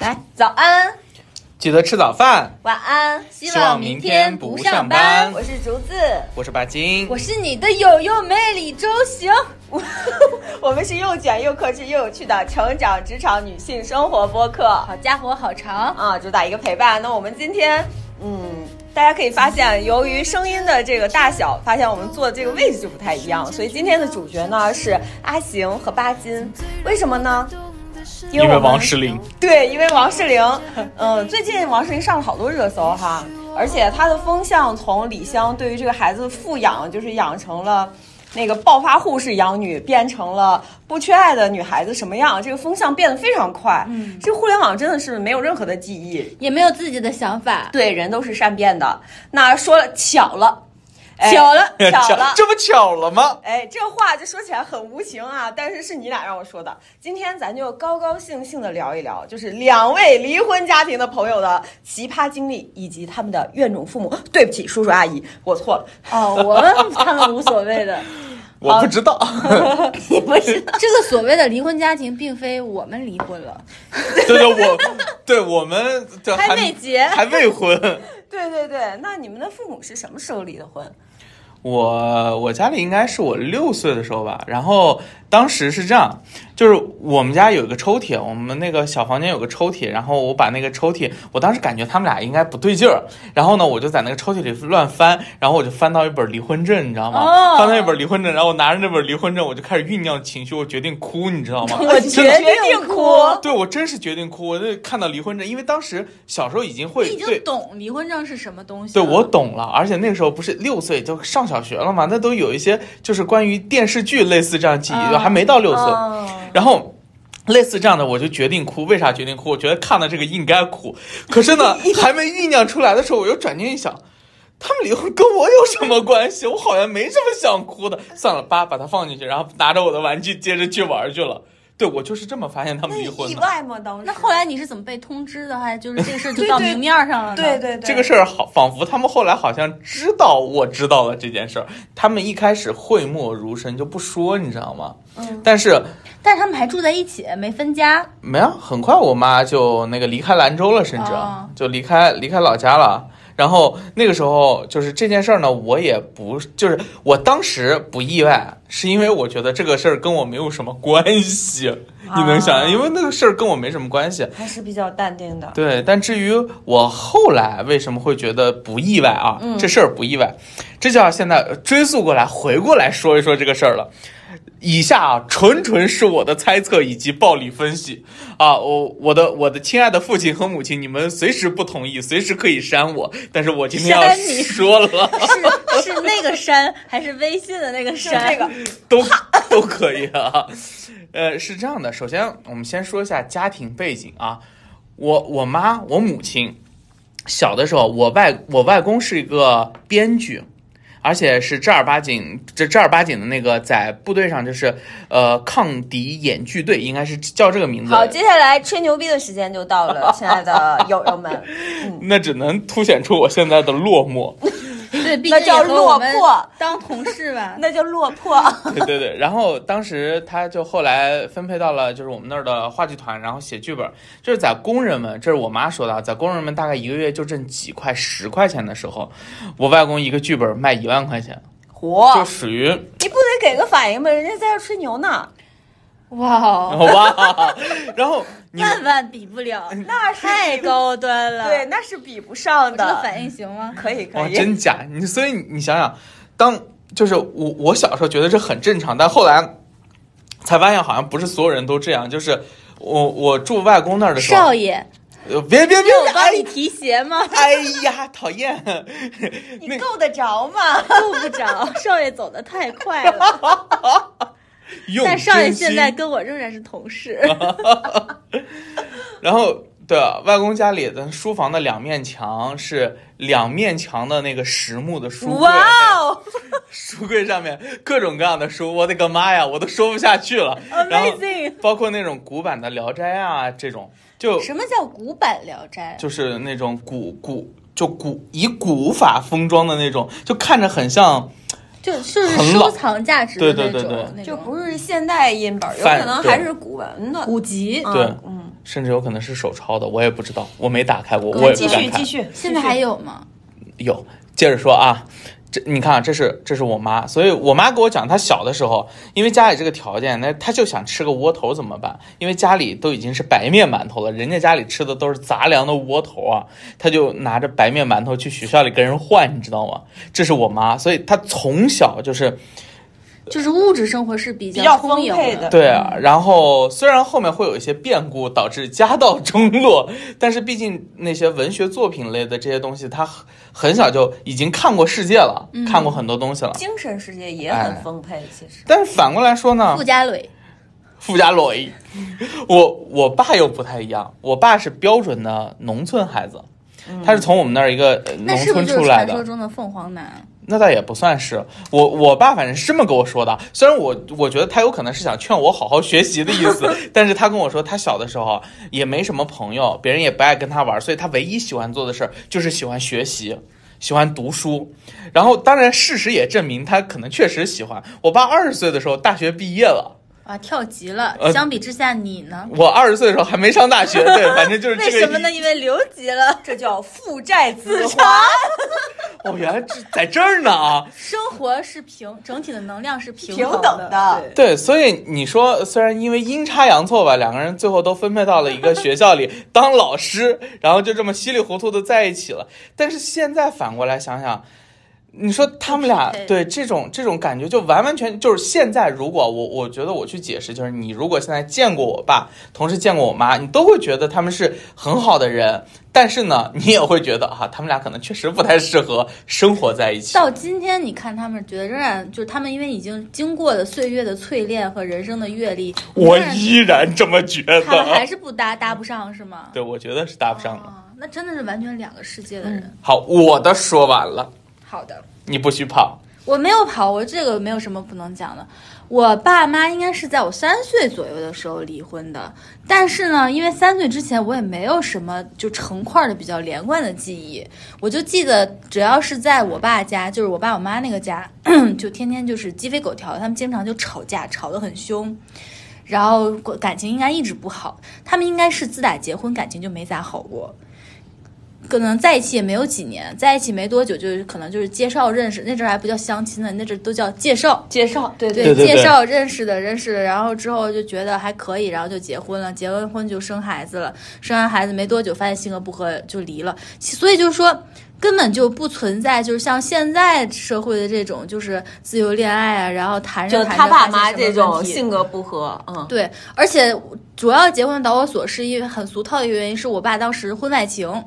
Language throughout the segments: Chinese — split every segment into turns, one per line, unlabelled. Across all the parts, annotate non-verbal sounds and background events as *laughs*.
来，早安，
记得吃早饭。
晚安，希
希望明天不上班
我是竹子，
我是巴金，
我是你的友友妹李周行。我 *laughs* 我们是又卷又克制又有趣的成长职场女性生活播客
好家伙，好长！
啊，主打一个陪伴。那我们今天，嗯，大家可以发现，由于声音的这个大小，发现我们坐的这个位置就不太一 *laughs* 样，所以今天的主角呢是阿行和巴金。为什么呢？因
因为
我们
王诗龄
对，因为王诗龄， *laughs* 嗯，最近王诗龄上了好多热搜哈，而且她的风向从李湘对于这个孩子富养，就是养成了那个暴发户式养女，变成了不缺爱的女孩子什么样，这个风向变得非常快。嗯，这个互联网真的是没有任何的记忆，
也没有自己的想法，
对，人都是善变的。那说了巧了，哎
巧了
*laughs* 巧了，
*laughs* 这不巧了吗？
哎，这话就说起来很无情啊，但是是你俩让我说的。今天咱就高高兴兴的聊一聊，就是两位离婚家庭的朋友的奇葩经历，以及他们的怨种父母。对不起，叔叔阿姨，我错了。
哦，我们
*laughs*
他们无所谓的。
我不知道，
你不 *laughs* 是这个所谓的离婚家庭，并非我们离婚了，
*laughs* 对对， *laughs* 我对我们这
还未结
还未婚。
对对对，那你们的父母是什么时候离的
*laughs*
婚？
我我家里应该是我六岁的时候吧，然后当时是这样，就是我们家有一个抽屉，我们那个小房间有个抽屉，然后我把那个抽屉，我当时感觉他们俩应该不对劲儿，然后呢，我就在那个抽屉里乱翻，然后我就翻到一本离婚证，你知道吗？
哦
翻到一本离婚证，然后我拿着那本离婚证，我就开始酝酿情绪，我决定哭，你知道吗？
我
*laughs* 真的
决定哭。
对，我真是决定哭。我就看到离婚证，因为当时小时候已经会
你已
对
经懂离婚证是什么东西
对，
了。
我懂了，而且那个时候不是六岁就上小学了嘛，那都有一些就是关于电视剧类似这样的记忆， *laughs* 就还没到六岁。
哦
嗯
然后类似这样的，我就决定哭。为啥决定哭？我觉得看了这个应该哭，可是呢，还没酝酿出来的时候，我又转念一想。他们离婚跟我有什么关系？我好像没这么想哭的。算了，爸，把它放进去，然后拿着我的玩具接着去玩去了。对，我就是这么发现他
那
们离婚
意
的。
外吗？当时？
那后来你是怎么被通知的？还就是这个事儿就
对
到
对
明面儿上了呢？
对对对，
这个事儿好，仿佛他们后来好像知道我知道了这件事儿，他们一开始讳莫如深就不说，你知道吗？
嗯，
但是
但是他们还住在一起，没分家。
没有，很快我妈就那个离开兰州了，甚至、
哦
就离开离开老家了。然后那个时候就是这件事儿呢，我也不就是我当时不意外，是因为我觉得这个事儿跟我没有什么关系，你能
啊
想
啊
象，因为那个事儿跟我没什么关系。
还是比较淡定的。
对，
嗯
但至于我后来为什么会觉得不意外啊，
嗯
这事儿不意外，这就要现在追溯过来，回过来说一说这个事儿了。以下啊，纯纯是我的猜测以及暴力分析啊！我我的我的亲爱的父亲和母亲，你们随时不同意，随时可以删我，但是我今天要
删你
说了，
是是那个山，还是微信的那个
是
山？
这个，
都都可以啊。呃，是这样的，首先我们先说一下家庭背景啊。我我妈我母亲小的时候，我外我外公是一个编剧，而且是正儿八经这正儿八经的那个在部队上就是呃抗敌演剧队，应该是叫这个名字。
好，接下来吹牛逼的时间就到
*laughs*
了，亲爱的友友们，
那只能凸显出我现在的落寞。
对，毕
那
竟
叫
也和我
落
们
魄
当同事吧。
那就落魄。
*laughs* 对对对，然后当时他就后来分配到了就是我们那儿的话剧团，然后写剧本，就是在工人们，这是我妈说的啊，在工人们大概一个月就挣几块十块钱的时候，我外公一个剧本卖一万块钱，
活 *laughs*
就属于
你不得给个反应吗？人家在这吹牛呢。
*laughs* 哇哦，
*laughs* 哇，然
*laughs*
后你哎
万万比不了，
那是
太高端了。
对，，那是比不上
我这个
的。
反应行吗？
可以可
哇，
以，
哦真假？你所以你想想，当就是我我小时候觉得这很正常，但后来才发现好像不是所有人都这样，就是我我住外公那儿的时候
少，爷，
呃别别别
用我，帮
哎
你提鞋吗？ *laughs*
哎呀，讨厌，
你够得着吗？
够不着，少爷走的太快了。
用
*laughs* 但少爷
真
现
心啊
在跟我仍然是同事。
然后对外公家里的书房的两面墙是两面墙的那个实木的书柜，
哇哦
*laughs* 书柜上面各种各样的书，我的个妈呀，我都说不下去了。然后
，Amazing！
包括那种古板的《聊斋》啊，这种就
*laughs* 什么叫古板《聊斋》？啊
就是那种古古就古以古法封装的那种，就看着很像
就就是
很
收
老
藏价值的那种，
对对对对
那种
就不是现代印本，有
反
可能还是古文的。
古籍。
嗯
对
嗯，
甚至有可能是手抄的，我也不知道，我没打开过，
我
我也
继
不敢
续
看
继。续，
现在还有吗？
有，接着说啊，这你看啊，这是这是我妈，所以我妈给我讲，她小的时候，因为家里这个条件，那她就想吃个窝头怎么办？因为家里都已经是白面馒头了，人家家里吃的都是杂粮的窝头啊，她就拿着白面馒头去学校里跟人换，你知道吗？这是我妈，所以她从小就是。
就是物质生活是比
比较
较
丰
丰盈
沛的
对啊，然后虽然后面会有一些变故导致家道中落， *laughs* 但是毕竟那些文学作品类的这些东西，他很很小就已经看过世界了，看过很多东西了。
精神世界也
哎
很丰沛，其实。
但是反过来说呢
富，家磊
富家洛伊，我我爸又不太一样，我爸是标准的农村孩子，他是从我们那儿一个呃
嗯那
农
是不
村
是就
出
是
来
传
的。
说中的凤凰男？
那倒也不算是我，我爸反正是这么跟我说的。虽然我我觉得他有可能是想劝我好好学习的意
*laughs*
思，但是他跟我说他小的时候啊也没什么朋友，别人也不爱跟他玩，所以他唯一喜欢做的事儿就是喜欢学习，喜欢读书。然后当然事实也证明他可能确实喜欢。我爸二十岁的时候大学毕业了，
啊，跳级了
呃！
相比之下，你呢？
我二十岁的时候还没上大学，对，反正就是这
为
个。
什么呢？？因为留级了。
这叫父债子还，
哦，原来这在这儿呢啊！
*laughs* 生活是平，整体的能量是平
平
等
等的
对
对，所以你说，虽然因为阴差阳错吧，两个人最后都分配到了一个
*laughs*
学校里当老师，然后就这么稀里糊涂的在一起了。但是现在反过来想想，你说他们俩
不匹配
对这种这种感觉，就完完全就是现在，如果我我觉得我去解释，就是你如果现在见过我爸，同时见过我妈，你都会觉得他们是很好的人，但是呢，你也会觉得啊，他们俩可能确实不太适合生活在一起。
到今天，你看他们觉得仍然就是他们，因为已经经过了岁月的淬炼和人生的阅历，
我
仍然
依然这么觉
他们还
得，
是不搭搭不上是吗？
对，我觉得是搭不上的。
啊，那真的是完全两个世界的人。
好，我的说完了，
好的，
你不许跑。
我没有跑，我这个没有什么不能讲的。我爸妈应该是在我三岁左右的时候离婚的，但是呢，因为三岁之前我也没有什么就成块儿的比较连贯的记忆，我就记得只要是在我爸家，就是我爸我妈那个家， *clears throat* 就天天就是鸡飞狗跳，他们经常就吵架，吵得很凶，然后感情应该一直不好。他们应该是自打结婚感情就没咋好过，可能在一起也没有几年，在一起没多久就可能就是介绍认识，那阵儿还不叫相亲呢，那阵儿都叫介绍。
介绍，对
对对
介绍认识的认识的，然后之后就觉得还可以，然后就结婚了。结完婚就生孩子了，生完孩子没多久发现性格不合就离了。其所以就是说，根本就不存在，就是像现在社会的这种就是自由恋爱啊，然后谈
就
着谈着
他爸
发现
妈
什么
这
问
种
题
性格不合，嗯，
对，而且主要结婚导火索是因为很俗套的一个原因，是我爸当时婚外情。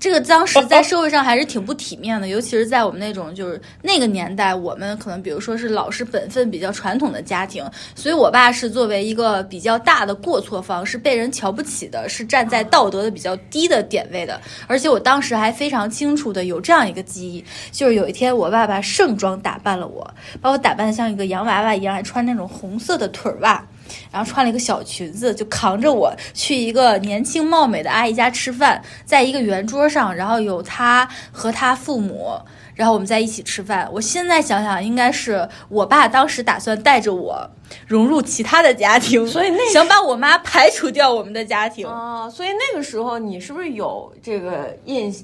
这个当时在社会上还是挺不体面的，尤其是在我们那种就是那个年代，我们可能比如说是老实本分、比较传统的家庭，所以我爸是作为一个比较大的过错方，是被人瞧不起的，是站在道德的比较低的点位的。而且我当时还非常清楚的有这样一个记忆，就是有一天我爸爸盛装打扮了我，把我打扮的像一个洋娃娃一样，还穿那种红色的腿儿袜。然后穿了一个小裙子，就扛着我去一个年轻貌美的阿姨家吃饭，在一个圆桌上，然后有她和她父母，然后我们在一起吃饭。我现在想想，应该是我爸当时打算带着我融入其他的家庭，
所以那
*laughs* 想把我妈排除掉我们的家庭。
啊，所以那个时候你是不是有这个印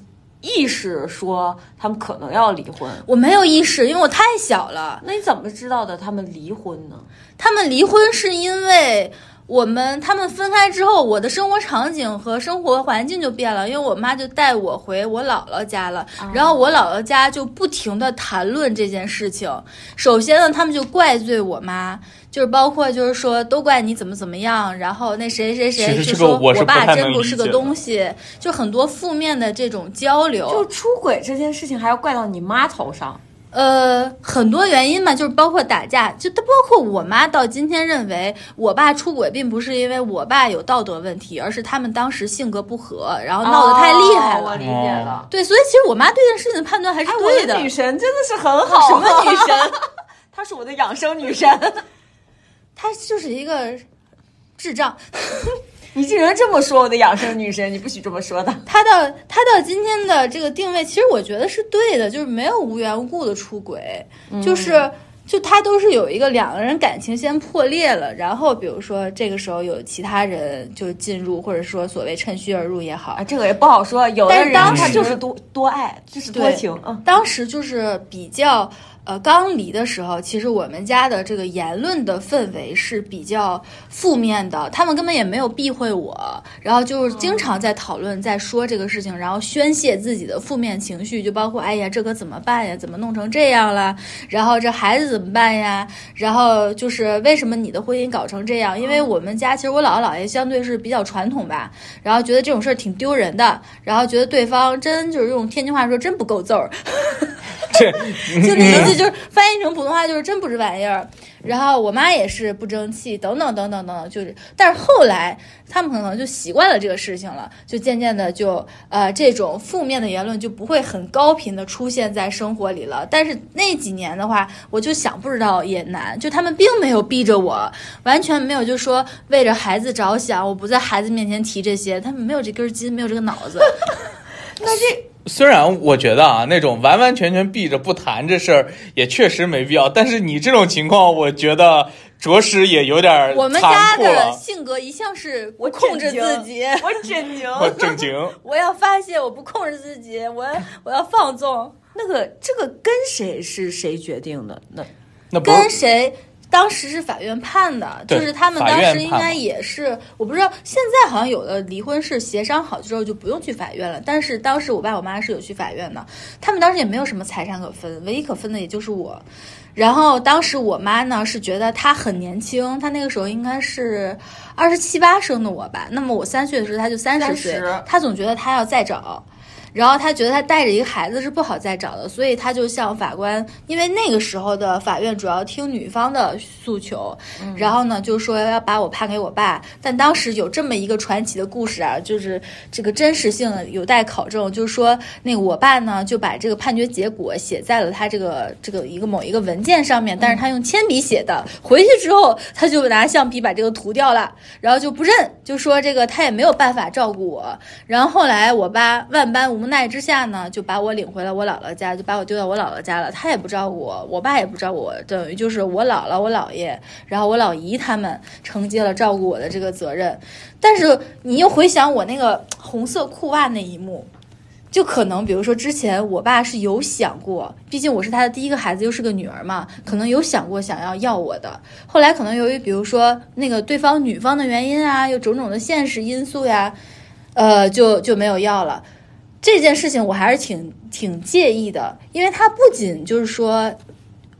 意识说他们可能要离婚？
我没有意识，因为我太小了。
那你怎么知道的他们离婚呢？
他们离婚是因为我们他们分开之后，我的生活场景和生活环境就变了，因为我妈就带我回我姥姥家了，然后我姥姥家就不停的谈论这件事情。首先呢，他们就怪罪我妈。就是包括就是说都怪你怎么怎么样，然后那谁谁谁
其实这
就
个
说
我是
我爸
不太
真
能
不
理
是个
解的
东西，就很多负面的这种交流。
就出轨这件事情还要怪到你妈头上，
呃，很多原因嘛，就是包括打架，就包括我妈到今天认为我爸出轨，并不是因为我爸有道德问题，而是他们当时性格不合，然后闹得太厉害
哦
了。
我理解了。
对，所以其实我妈对这件事情的判断还是
哎，
对
我
的。
的女神真的是很好，
什么女
神？ *laughs* 她是我的养生女神。
她就是一个智障，
你竟然这么说我的养生女神，你不许这么说的。
她到她到今天的这个定位，其实我觉得是对的，就是没有无缘无故的出轨，就是。就他都是有一个两个人感情先破裂了，然后比如说这个时候有其他人就进入，或者说所谓趁虚而入也好
啊，，这个也不好说。有的
但
人
是当
他
时
就是多多爱，就是多
对
情，嗯，
当时就是比较呃刚离的时候，其实我们家的这个言论的氛围是比较负面的，他们根本也没有避讳我，然后就是经常在讨论、在说这个事情，然后宣泄自己的负面情绪，就包括哎呀这可怎么办呀，怎么弄成这样了，然后这孩子怎么办呀，然后就是为什么你的婚姻搞成这样？因为我们家其实我姥姥姥爷相对是比较传统吧，然后觉得这种事儿挺丢人的，然后觉得对方真就是用天津话说真不够揍儿，
这
就那意思就是翻译成普通话就是真不是玩意儿。然后我妈也是不争气，等等等等等等，就是，但是后来他们可能就习惯了这个事情了，就渐渐的就呃这种负面的言论就不会很高频的出现在生活里了。但是那几年的话，我就想不知道也难，就他们并没有逼着我，完全没有就说为着孩子着想，我不在孩子面前提这些，他们没有这根筋，没有这个脑子。
虽然我觉得啊，那种完完全全避着不谈这事儿也确实没必要，但是你这种情况，我觉得着实也有点儿
我们
残
家
酷啊
的
了。
性格一向是
我
控制
震惊
自己。
我震惊。
我正经，
我要发泄，我不控制自己，我我要放纵。
*laughs* 那个这个跟谁是谁决定的？那
那不
跟
是
谁？当时是法院判的，
对
就是他们
法
当
院
时应
判
该
嘛
也是，我不知道现在好像有的离婚是协商好之后就不用去法院了，但是当时我爸我妈是有去法院的，他们当时也没有什么财产可分，唯一可分的也就是我。然后当时我妈呢是觉得她很年轻，她那个时候应该是二十七八生的我吧，那么我三岁的时候她就三十岁
30，
她总觉得她要再找，然后他觉得他带着一个孩子是不好再找的，所以他就向法官，因为那个时候的法院主要听女方的诉求，然后呢就说要把我判给我爸。但当时有这么一个传奇的故事啊，就是这个真实性有待考证，就是说那个我爸呢就把这个判决结果写在了他这个这个一个某一个文件上面，但是他用铅笔写的，回去之后他就拿橡皮把这个涂掉了，然后就不认，就说这个他也没有办法照顾我，然后后来我爸万般无奈之下呢，就把我领回了我姥姥家，就把我丢到我姥姥家了。他也不照顾我，我爸也不照顾我，等于就是我姥姥、我姥爷，然后我老姨他们承接了照顾我的这个责任。但是你又回想我那个红色裤袜那一幕。就可能，比如说之前我爸是有想过，毕竟我是他的第一个孩子，又是个女儿嘛，可能有想过想要要我的。后来可能由于比如说那个对方女方的原因啊，有种种的现实因素呀，呃，就就没有要了。这件事情我还是挺挺介意的，因为他不仅就是说，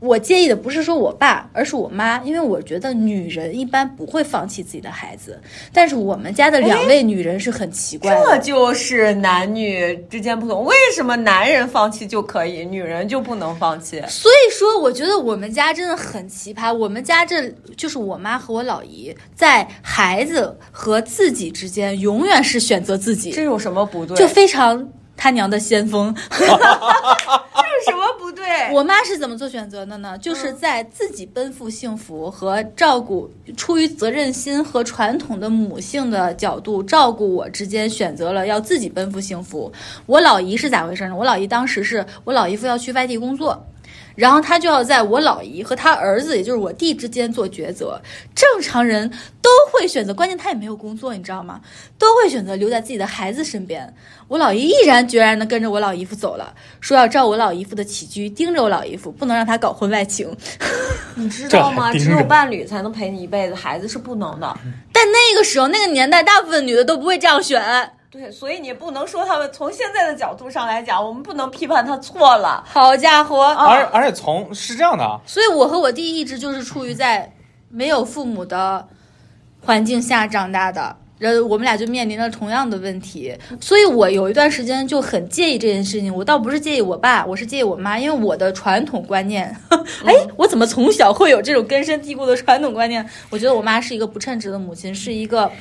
我介意的不是说我爸，而是我妈，因为我觉得女人一般不会放弃自己的孩子，但是我们家的两位女人是很奇怪的
这。就是男女之间不同。为什么男人放弃就可以，女人就不能放弃？
所以说，我觉得我们家真的很奇葩。我们家这就是我妈和我老姨在孩子和自己之间，永远是选择自己，
这有什么不对？
就非常他娘的先锋。
这有什么不对？
我妈是怎么做选择的呢？就是在自己奔赴幸福和照顾，出于责任心和传统的母性的角度照顾我之间，选择了要自己奔赴幸福。我老姨是咋回事呢？我老姨当时是我老姨夫要去外地工作。然后她就要在我老姨和她儿子，也就是我弟之间做抉择。正常人都会选择，关键她也没有工作，你知道吗？都会选择留在自己的孩子身边。我老姨毅然决然地跟着我老姨夫走了，说要照我老姨夫的起居，盯着我老姨夫，不能让他搞婚外情。
你知
这
道
还
吗？
盯
只有
着
伴侣才能陪你一辈子，孩子是不能的。
但那个时候，那个年代，大部分女的都不会这样选。
对，所以你不能说他们从现在的角度上来讲，我们不能批判他错了。
好家伙！
而而且从是这样的啊，
所以我和我弟一直就是处于在没有父母的环境下长大的，然后我们俩就面临着同样的问题，所以我有一段时间就很介意这件事情。我倒不是介意我爸，我是介意我妈，因为我的传统观念， *laughs* 哎，我怎么从小会有这种根深蒂固的传统观念？我觉得我妈是一个不称职的母亲，是一个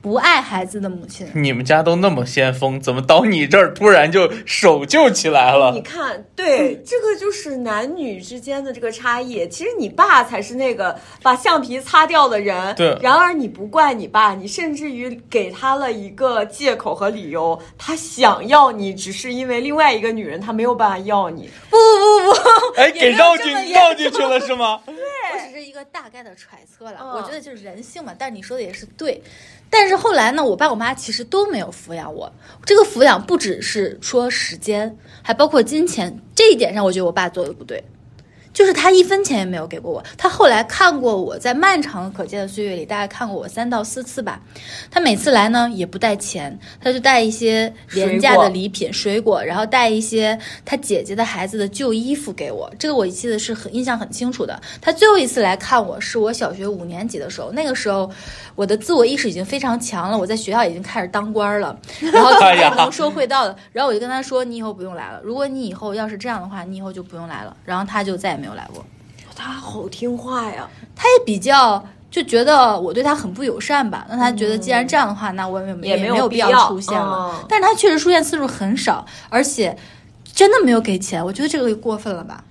不爱孩子的母亲。
你们家都那么先锋，怎么到你这儿突然就守旧起来
呃你
了？
看，对，这个就是男女之间的这个差异。其实你爸才是那个把橡皮擦掉的人，
对
然而你不怪你爸，你甚至于给他了一个借口和理由，他想要你，只是因为另外一个女人他没有办法要你。
不不不，
哎，给
也没有
绕
这
进
么严
绕进去了是吗？
我只是一个大概的揣测了，
嗯
我觉得就是人性嘛。但是你说的也是对，但是后来呢，我爸我妈其实都没有抚养我。这个抚养不只是说时间，还包括金钱。这一点上，我觉得我爸做的不对，就是他一分钱也没有给过我。他后来看过我在漫长可见的岁月里，大概看过我三到四次吧。他每次来呢也不带钱，他就带一些廉价
水
的
果
礼品、水果，然后带一些他姐姐的孩子的旧衣服给我。这个我记得是很印象很清楚的。他最后一次来看我是我小学五年级的时候，那个时候我的自我意识已经非常强了，我在学校已经开始当官儿了，然后
哎呀
能说会道的。然后我就跟他说：“你以后不用来了，如果你以后要是这样的话，你以后就不用来了。”然后他就再也没有来过。
他好听话呀，
他也比较就觉得我对他很不友善吧，那他觉得
嗯
既然这样的话，那我也
也没
没
有
有
必
要
要
出现了。
嗯
但是他确实出现次数很少，而且真的没有给钱，我觉得这个过分了吧？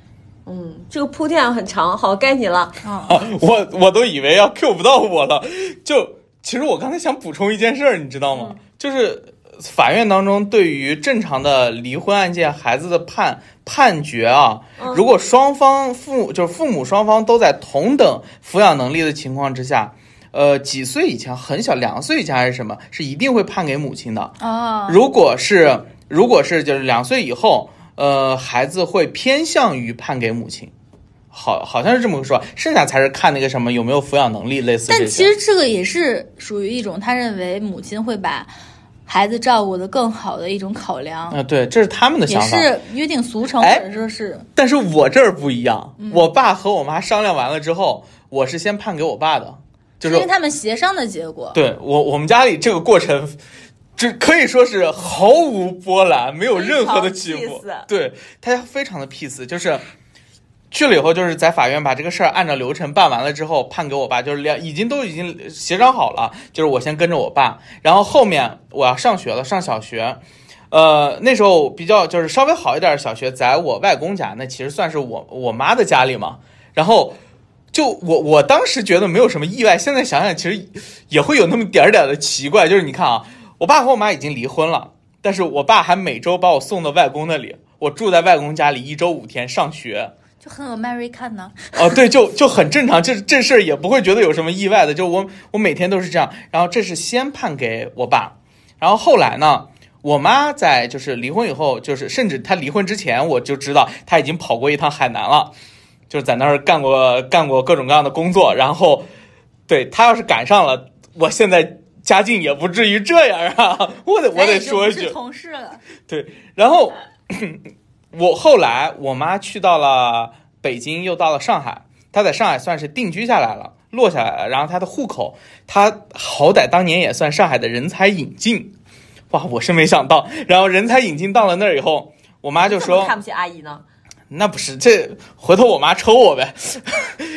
嗯，这个铺垫很长，好，该你了。
啊， *laughs* 我我都以为要 Q 不到我了。就其实我刚才想补充一件事儿，你知道吗？就是呃法院当中对于正常的离婚案件孩子的判判决啊，如果双方父母就是父母双方都在同等抚养能力的情况之下。呃，几岁以前很小，两岁以前还是什么，是一定会判给母亲的。
哦，
如果是如果是就是两岁以后，呃，孩子会偏向于判给母亲，好好像是这么个说法，剩下才是看那个什么有没有抚养能力，类似这
但其
些。
实这个也是属于一种他认为母亲会把孩子照顾的更好的一种考量
啊、，对，这是他们的
也
想法。
是约定俗成，
哎
或者说是
但是我这儿不一样，
嗯
我爸和我妈商量完了之后，我是先判给我爸的，就是
因为他们协商的结果。
对我我们家里这个过程，这可以说是毫无波澜，没有任何的起伏
非常 peace。
对，他非常的 peace，就是去了以后，就是在法院把这个事儿按照流程办完了之后，判给我爸，就是两已经都已经协商好了，就是我先跟着我爸，然后后面我要上学了，上小学。呃，那时候比较就是稍微好一点的小学，在我外公家，那其实算是我我妈的家里嘛。然后就我我当时觉得没有什么意外，现在想想其实也会有那么点儿点儿的奇怪，就是你看啊，我爸和我妈已经离婚了，但是我爸还每周把我送到外公那里，我住在外公家里一周五天上学。
就很有 Mary 看呢，
*laughs* 哦，对，就就很正常，这这事儿也不会觉得有什么意外的。就我我每天都是这样，然后这是先判给我爸，然后后来呢，我妈在就是离婚以后，就是甚至她离婚之前，我就知道她已经跑过一趟海南了，就是在那儿干过干过各种各样的工作。然后，对她要是赶上了，我现在家境也不至于这样啊！ *laughs* 我得我
咱
得
哎也就
说
不
一
是
句，
同事了，
然后 *clears throat* 我后来我妈去到了北京，又到了上海，她在上海算是定居下来了，落下来了。然后她的户口，她好歹当年也算上海的人才引进，哇，我是没想到。然后人才引进到了那儿以后，我妈就
你怎 *laughs* 么
说
看不起阿姨呢，：“
那不是这，回头我妈抽我呗。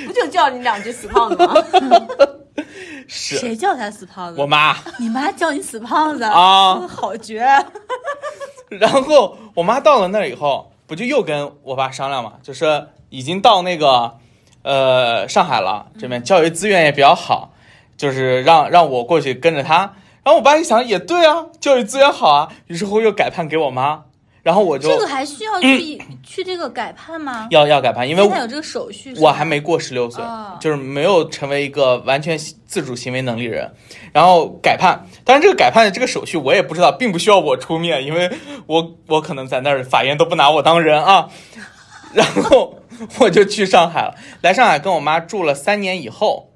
不就叫你两只死胖子
*laughs*
吗？
是”
谁叫他死胖子？
我妈。
你妈叫你死胖子
啊
好
*laughs*
绝！
然后我妈到了那儿以后，不就又跟我爸商量嘛，就是已经到那个呃上海了，这边教育资源也比较好，就是让让我过去跟着他。然后我爸一想，也对啊，教育资源好啊，于是乎又改判给我妈。然后我就
*laughs* 这个还需要去、去这个改判吗？
要要改判，因为
他
我
有这个手续是吧，
我还没过十六岁
哦，
就是没有成为一个完全自主行为能力人。然后改判，当然这个改判的这个手续我也不知道，并不需要我出面，因为我我可能在那儿法院都不拿我当人啊。 *laughs* 然后我就去上海了，来上海跟我妈住了三年以后，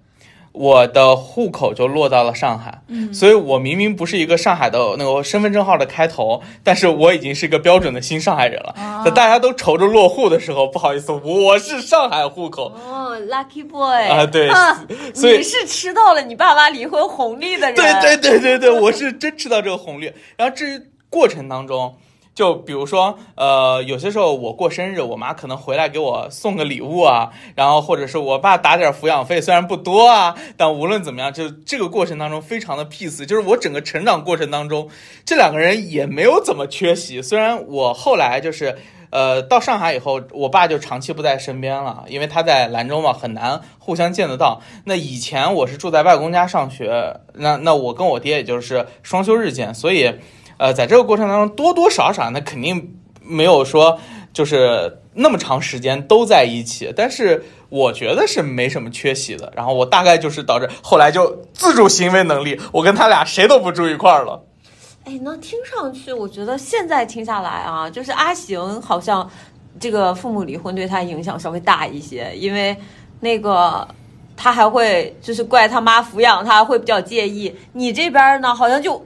我的户口就落到了上海。嗯，所以我明明不是一个上海的那个身份证号的开头，但是我已经是个标准的新上海人了。在大家都愁着落户的时候，不好意思，我是上海户口。
哦，lucky
啊、
boy， *laughs*
对，
啊
所以
你是吃到了你爸妈离婚红利的人。
对对对对对，我是真吃到这个红利。然后至于过程当中，就比如说，呃，有些时候我过生日，我妈可能回来给我送个礼物啊，然后或者是我爸打点抚养费，虽然不多啊，但无论怎么样，就这个过程当中非常的 peace。就是我整个成长过程当中，这两个人也没有怎么缺席。虽然我后来就是。呃，到上海以后，我爸就长期不在身边了，因为他在兰州嘛，很难互相见得到。那以前我是住在外公家上学，那那我跟我爹也就是双休日见，所以，呃，在这个过程当中，多多少少那肯定没有说就是那么长时间都在一起，但是我觉得是没什么缺席的。然后我大概就是导致后来就自主行为能力，我跟他俩谁都不住一块儿了。
哎，那听上去，我觉得现在听下来啊，就是阿行好像这个父母离婚对他影响稍微大一些，因为那个他还会就是怪他妈抚养他，会比较介意。你这边呢，好像就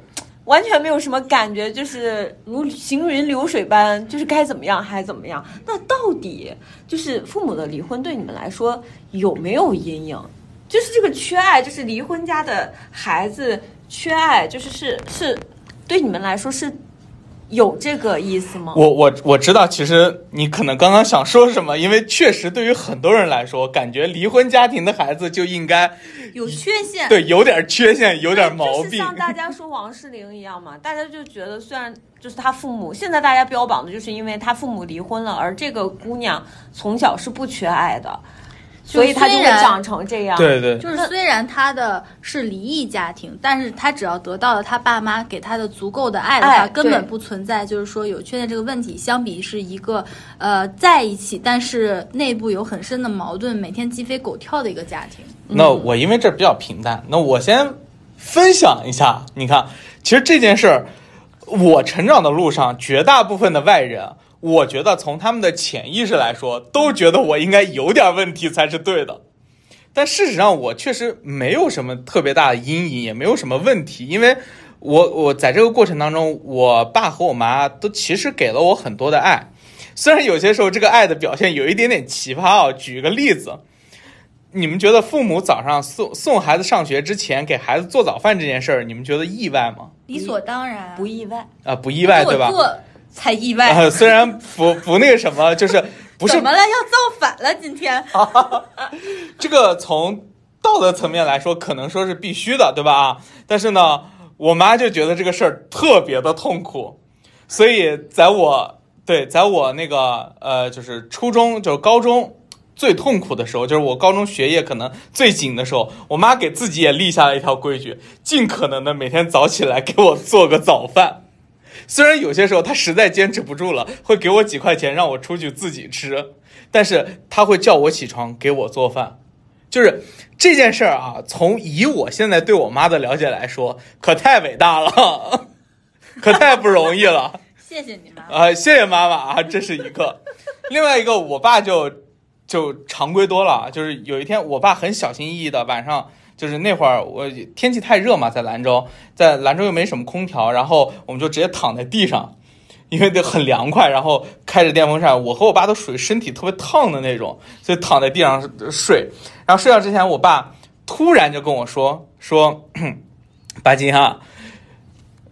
完全没有什么感觉，就是如行云流水般，就是该怎么样还怎么样。那到底就是父母的离婚对你们来说有没有阴影？就是这个缺爱，就是离婚家的孩子缺爱，就是是是。对你们来说是有这个意思吗？
我我我知道，其实你可能刚刚想说什么，因为确实对于很多人来说，感觉离婚家庭的孩子就应该
有缺陷，
对有点缺陷，有点毛
就是
病。
像大家说王诗龄一样嘛，大家就觉得虽然就是她父母，现在大家标榜的就是因为她父母离婚了，而这个姑娘从小是不缺爱的，所以她就会
虽然
长成这样。
对对，
就是虽然他的是离异家庭，但是他只要得到了他爸妈给他的足够的爱的话，
爱
根本不存在就是说有缺陷这个问题。相比是一个呃在一起，但是内部有很深的矛盾，每天鸡飞狗跳的一个家庭。
那我因为这比较平淡，那我先分享一下。你看，其实这件事儿，我成长的路上，绝大部分的外人，我觉得从他们的潜意识来说，都觉得我应该有点问题才是对的。但事实上，我确实没有什么特别大的阴影，也没有什么问题，因为我我在这个过程当中，我爸和我妈都其实给了我很多的爱，虽然有些时候这个爱的表现有一点点奇葩啊、举个例子，你们觉得父母早上送送孩子上学之前给孩子做早饭这件事儿，你们觉得意外吗？
理所当然，
不意外。
啊、不意外，
做
对吧？
做哎才意外。
啊、虽然不不那个什么，就是不是
怎么了？要造反了？今天
这个从道德层面来说，可能说是必须的，对吧？啊，但是呢，我妈就觉得这个事儿特别的痛苦，所以在我对，在我那个呃，就是初中，就是高中。最痛苦的时候，就是我高中学业可能最紧的时候，我妈给自己也立下了一条规矩，尽可能的每天早起来给我做个早饭。虽然有些时候她实在坚持不住了，会给我几块钱让我出去自己吃，但是她会叫我起床给我做饭。就是这件事儿啊，从以我现在对我妈的了解来说，可太伟大了， *laughs* 可太不容易了。
谢谢你妈妈。
啊、谢谢妈妈啊，这是一个。另外一个，我爸就就常规多了啊，就是有一天，我爸很小心翼翼的晚上。就是那会儿我天气太热嘛，在兰州，在兰州又没什么空调，然后我们就直接躺在地上，因为得很凉快，然后开着电风扇，我和我爸都属于身体特别烫的那种，所以躺在地上睡。然后睡觉之前，我爸突然就跟我说说， *clears throat* 巴金啊哈、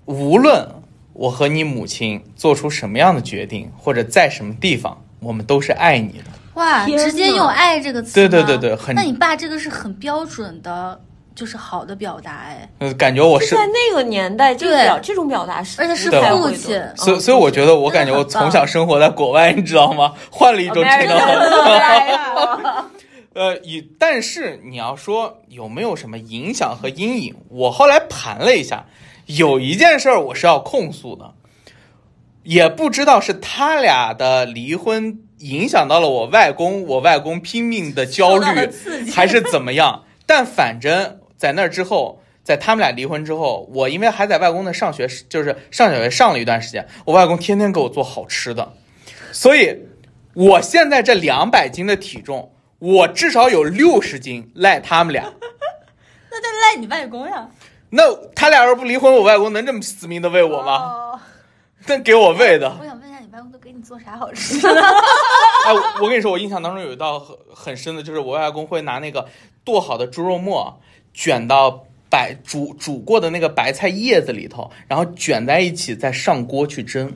无论我和你母亲做出什么样的决定，或者在什么地方，我们都是爱你的。
哇，
天
直接
哪
用“爱”这个词吗。
对对对对很
那你爸这个是很标准的，就是好的表达哎，
呃，感觉我，
就是在那个年代，这个
对
表这种表达是
而且是
不太
父
会的嗯
亲
所以所以我觉得我感觉我
真哦的很棒
从
哦
小生活在国外，你知道吗？换了一种成长环境。
*laughs*
呃，以但是你要说有没有什么影响和阴影，我后来盘了一下，有一件事儿我是要控诉的，也不知道是他俩的离婚影响到了我外公，我外公拼命的焦
受到了
虑，
刺 *laughs* 激
还是怎么样。但反正在那之后，在他们俩离婚之后，我因为还在外公那上学，就是上小学上了一段时间，我外公天天给我做好吃的，所以我现在这两百斤的体重，我至少有六十斤赖他们俩。
那就赖你外公呀。
那他俩要是不离婚，我外公能这么死命的喂我吗？ *laughs*
哦
那给我喂的。
我想问一下，你外公都给你做啥好 *laughs* 吃的？
*laughs* 哎，我我跟你说，我印象当中有一道很很深的，就是我外公会拿那个剁好的猪肉末卷到白煮煮过的那个白菜叶子里头，然后卷在一起再上锅去蒸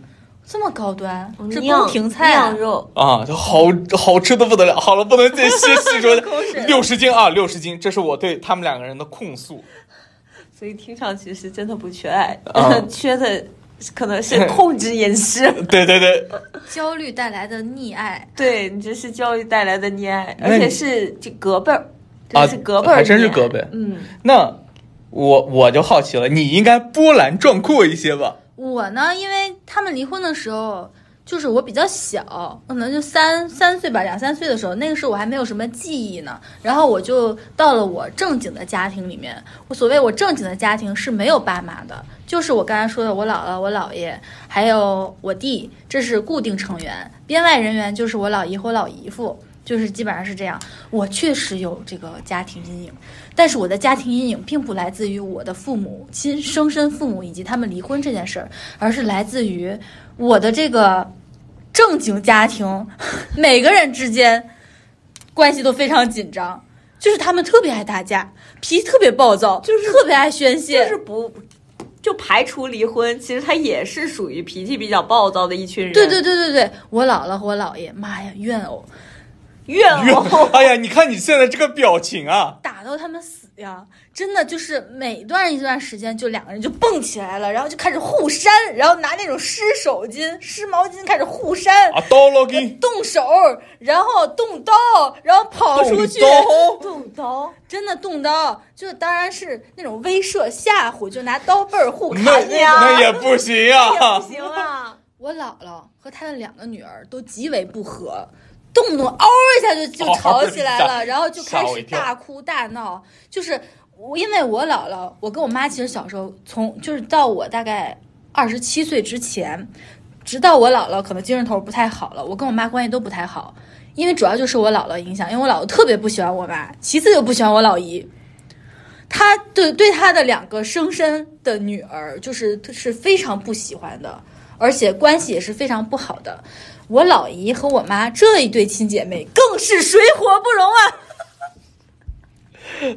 这么高 *laughs* 端，这
酿
宫廷菜啊
酿！肉，
啊，就好好吃的不得了。好了，不能再细
*laughs*
细说
口水了
六十斤啊，六十斤，这是我对他们两个人的控诉。
所以听上去是真的不缺爱，*laughs*
嗯
缺的可能是控制饮食。
对对对，
焦虑带来的溺爱，
对你这是教育带来的溺爱，
那
而
你
且是这隔辈儿，
啊
这是隔辈儿溺爱，
还真是隔辈
嗯，
那我我就好
*laughs*
奇了，你应该波澜壮阔一些吧？
我呢，因为他们离婚的时候，就是我比较小，可能就三三岁吧，两三岁的时候，那个时候我还没有什么记忆呢。然后我就到了我正经的家庭里面。我所谓我正经的家庭是没有爸妈的，就是我刚才说的，我姥姥、我姥爷，还有我弟，这是固定成员。编外人员就是我老姨和我老姨夫，就是基本上是这样。我确实有这个家庭阴影，但是我的家庭阴影并不来自于我的父母亲生身父母以及他们离婚这件事儿，而是来自于我的这个正经家庭，每个人之间关系都非常紧张，就是他们特别爱打架，脾气特别暴躁，
就是
特别爱宣泄，
就是不就排除离婚，其实他也是属于脾气比较暴躁的一群人。
对对对对对，我姥姥和我姥爷，妈呀，怨偶
怨
哟
偶，
哎呀，你看你现在这个表情啊，
打到他们死呀！真的就是每段一段时间，就两个人就蹦起来了，然后就开始互扇，然后拿那种湿手巾、湿毛巾开始互扇，
啊，刀了给
动手，然后动刀，然后跑出
动
去，
刀。
动刀，
真的动刀，就当然是那种威慑吓唬，就拿刀背儿互
那
砍
你啊
那也不
*laughs*
行
也不
啊！
行啊！
我姥姥和她的两个女儿都极为不和，动不动嗷一下就就吵起来
嗷一
了，然后就开
哦吓我
始
一跳
大哭大闹。就是我，因为我姥姥，我跟我妈其实小时候从就是到我大概二十七岁之前，直到我姥姥可能精神头不太好了，我跟我妈关系都不太好，因为主要就是我姥姥影响，因为我姥姥特别不喜欢我妈，其次就不喜欢我老姨。她对对她的两个生身的女儿，就是是非常不喜欢的，而且关系也是非常不好的。我老姨和我妈这一对亲姐妹更是水火不容啊！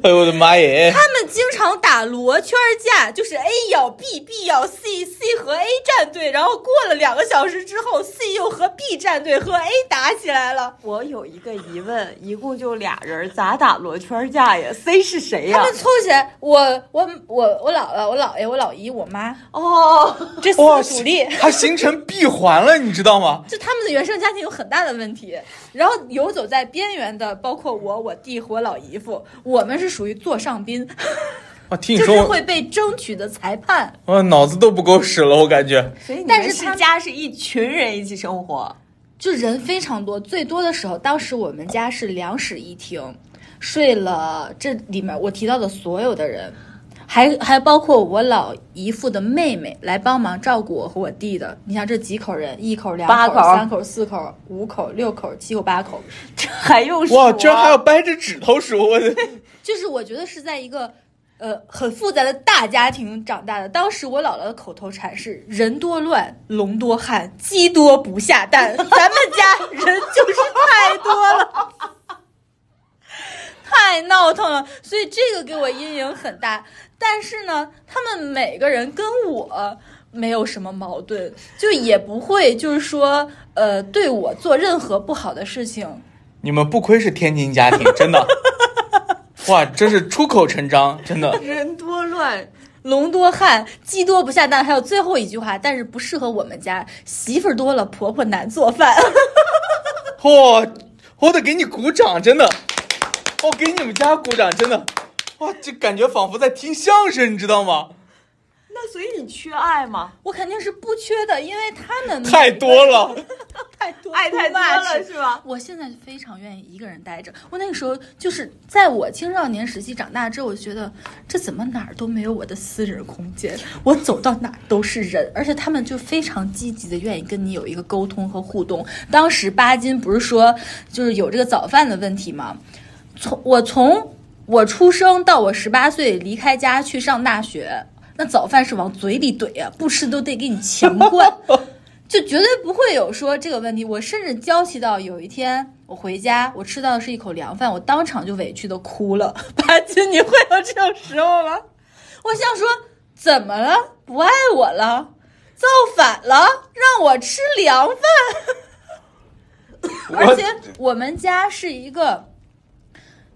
哎呦我的妈耶！
她们经常打罗圈架，就是 A 咬 B，B 咬 C，C 和 A 战队，然后过了两个小时之后，C 又和 B 战队和 A 打起来了。
我有一个疑问，一共就俩人，咋打罗圈架呀？C 是谁
她
哎呀
们？凑起来，我我我我姥姥、我姥爷、我老姨、我妈
哦，
这四个主力，
它形成闭环了，你知道吗？
就他们的原生家庭有很大的问题，然后游走在边缘的，包括我、我弟和我老姨夫，我们是属于座上宾。
我啊听你
*laughs* 就是
说，
会被争取的裁判。
我脑子都不够使了，我感觉。
所以你
但
们
是
世
他
家是一群人一起生活，
就人非常多，最多的时候，当时我们家是两室一厅，睡了这里面我提到的所有的人，还还包括我老姨父的妹妹来帮忙照顾我和我弟的。你想这几口人，一口、两
八
口、
口
三口、四口、五口、六口、七口、八口，
这还用说？
哇，居然还要掰着指头数，我的
就是我觉得是在一个呃很复杂的大家庭长大的。当时我姥姥的口头禅是“人多乱，龙多汉，鸡多不下蛋”，咱们家人就是太多了。 *laughs* 太闹腾了，所以这个给我阴影很大。但是呢，他们每个人跟我没有什么矛盾，就也不会就是说，呃，对我做任何不好的事情。
你们不愧是天津家
*laughs*
庭，真的。哇，真是出口成章，真的。
人多乱，
龙多汉，鸡多不下蛋，还有最后一句话，但是不适合我们家，媳妇儿多了，婆婆难做饭。 *laughs*
哇、我得给你鼓掌，真的。我、给你们家鼓掌，真的。哇，这感觉仿佛在听相声，你知道吗？
那所以你缺爱吗？
我肯定是不缺的，因为他们
太多了。
太多
爱太多了
too much
是吧？
我现在非常愿意一个人待着。我那个时候就是在我青少年时期长大之后，我就觉得这怎么哪儿都没有我的私人空间，我走到哪儿都是人，而且他们就非常积极的愿意跟你有一个沟通和互动。当时巴金不是说就是有这个早饭的问题吗？从我从我出生到我十八岁离开家去上大学，那早饭是往嘴里怼呀、不吃都得给你强灌。就绝对不会有说这个问题。我甚至娇气到有一天我回家，我吃到的是一口凉饭，我当场就委屈的哭了。 *laughs* 巴金，你会有这种时候吗？我想说，怎么了？不爱我了？造反了？让我吃凉饭？
*laughs*
而且我们家是一个，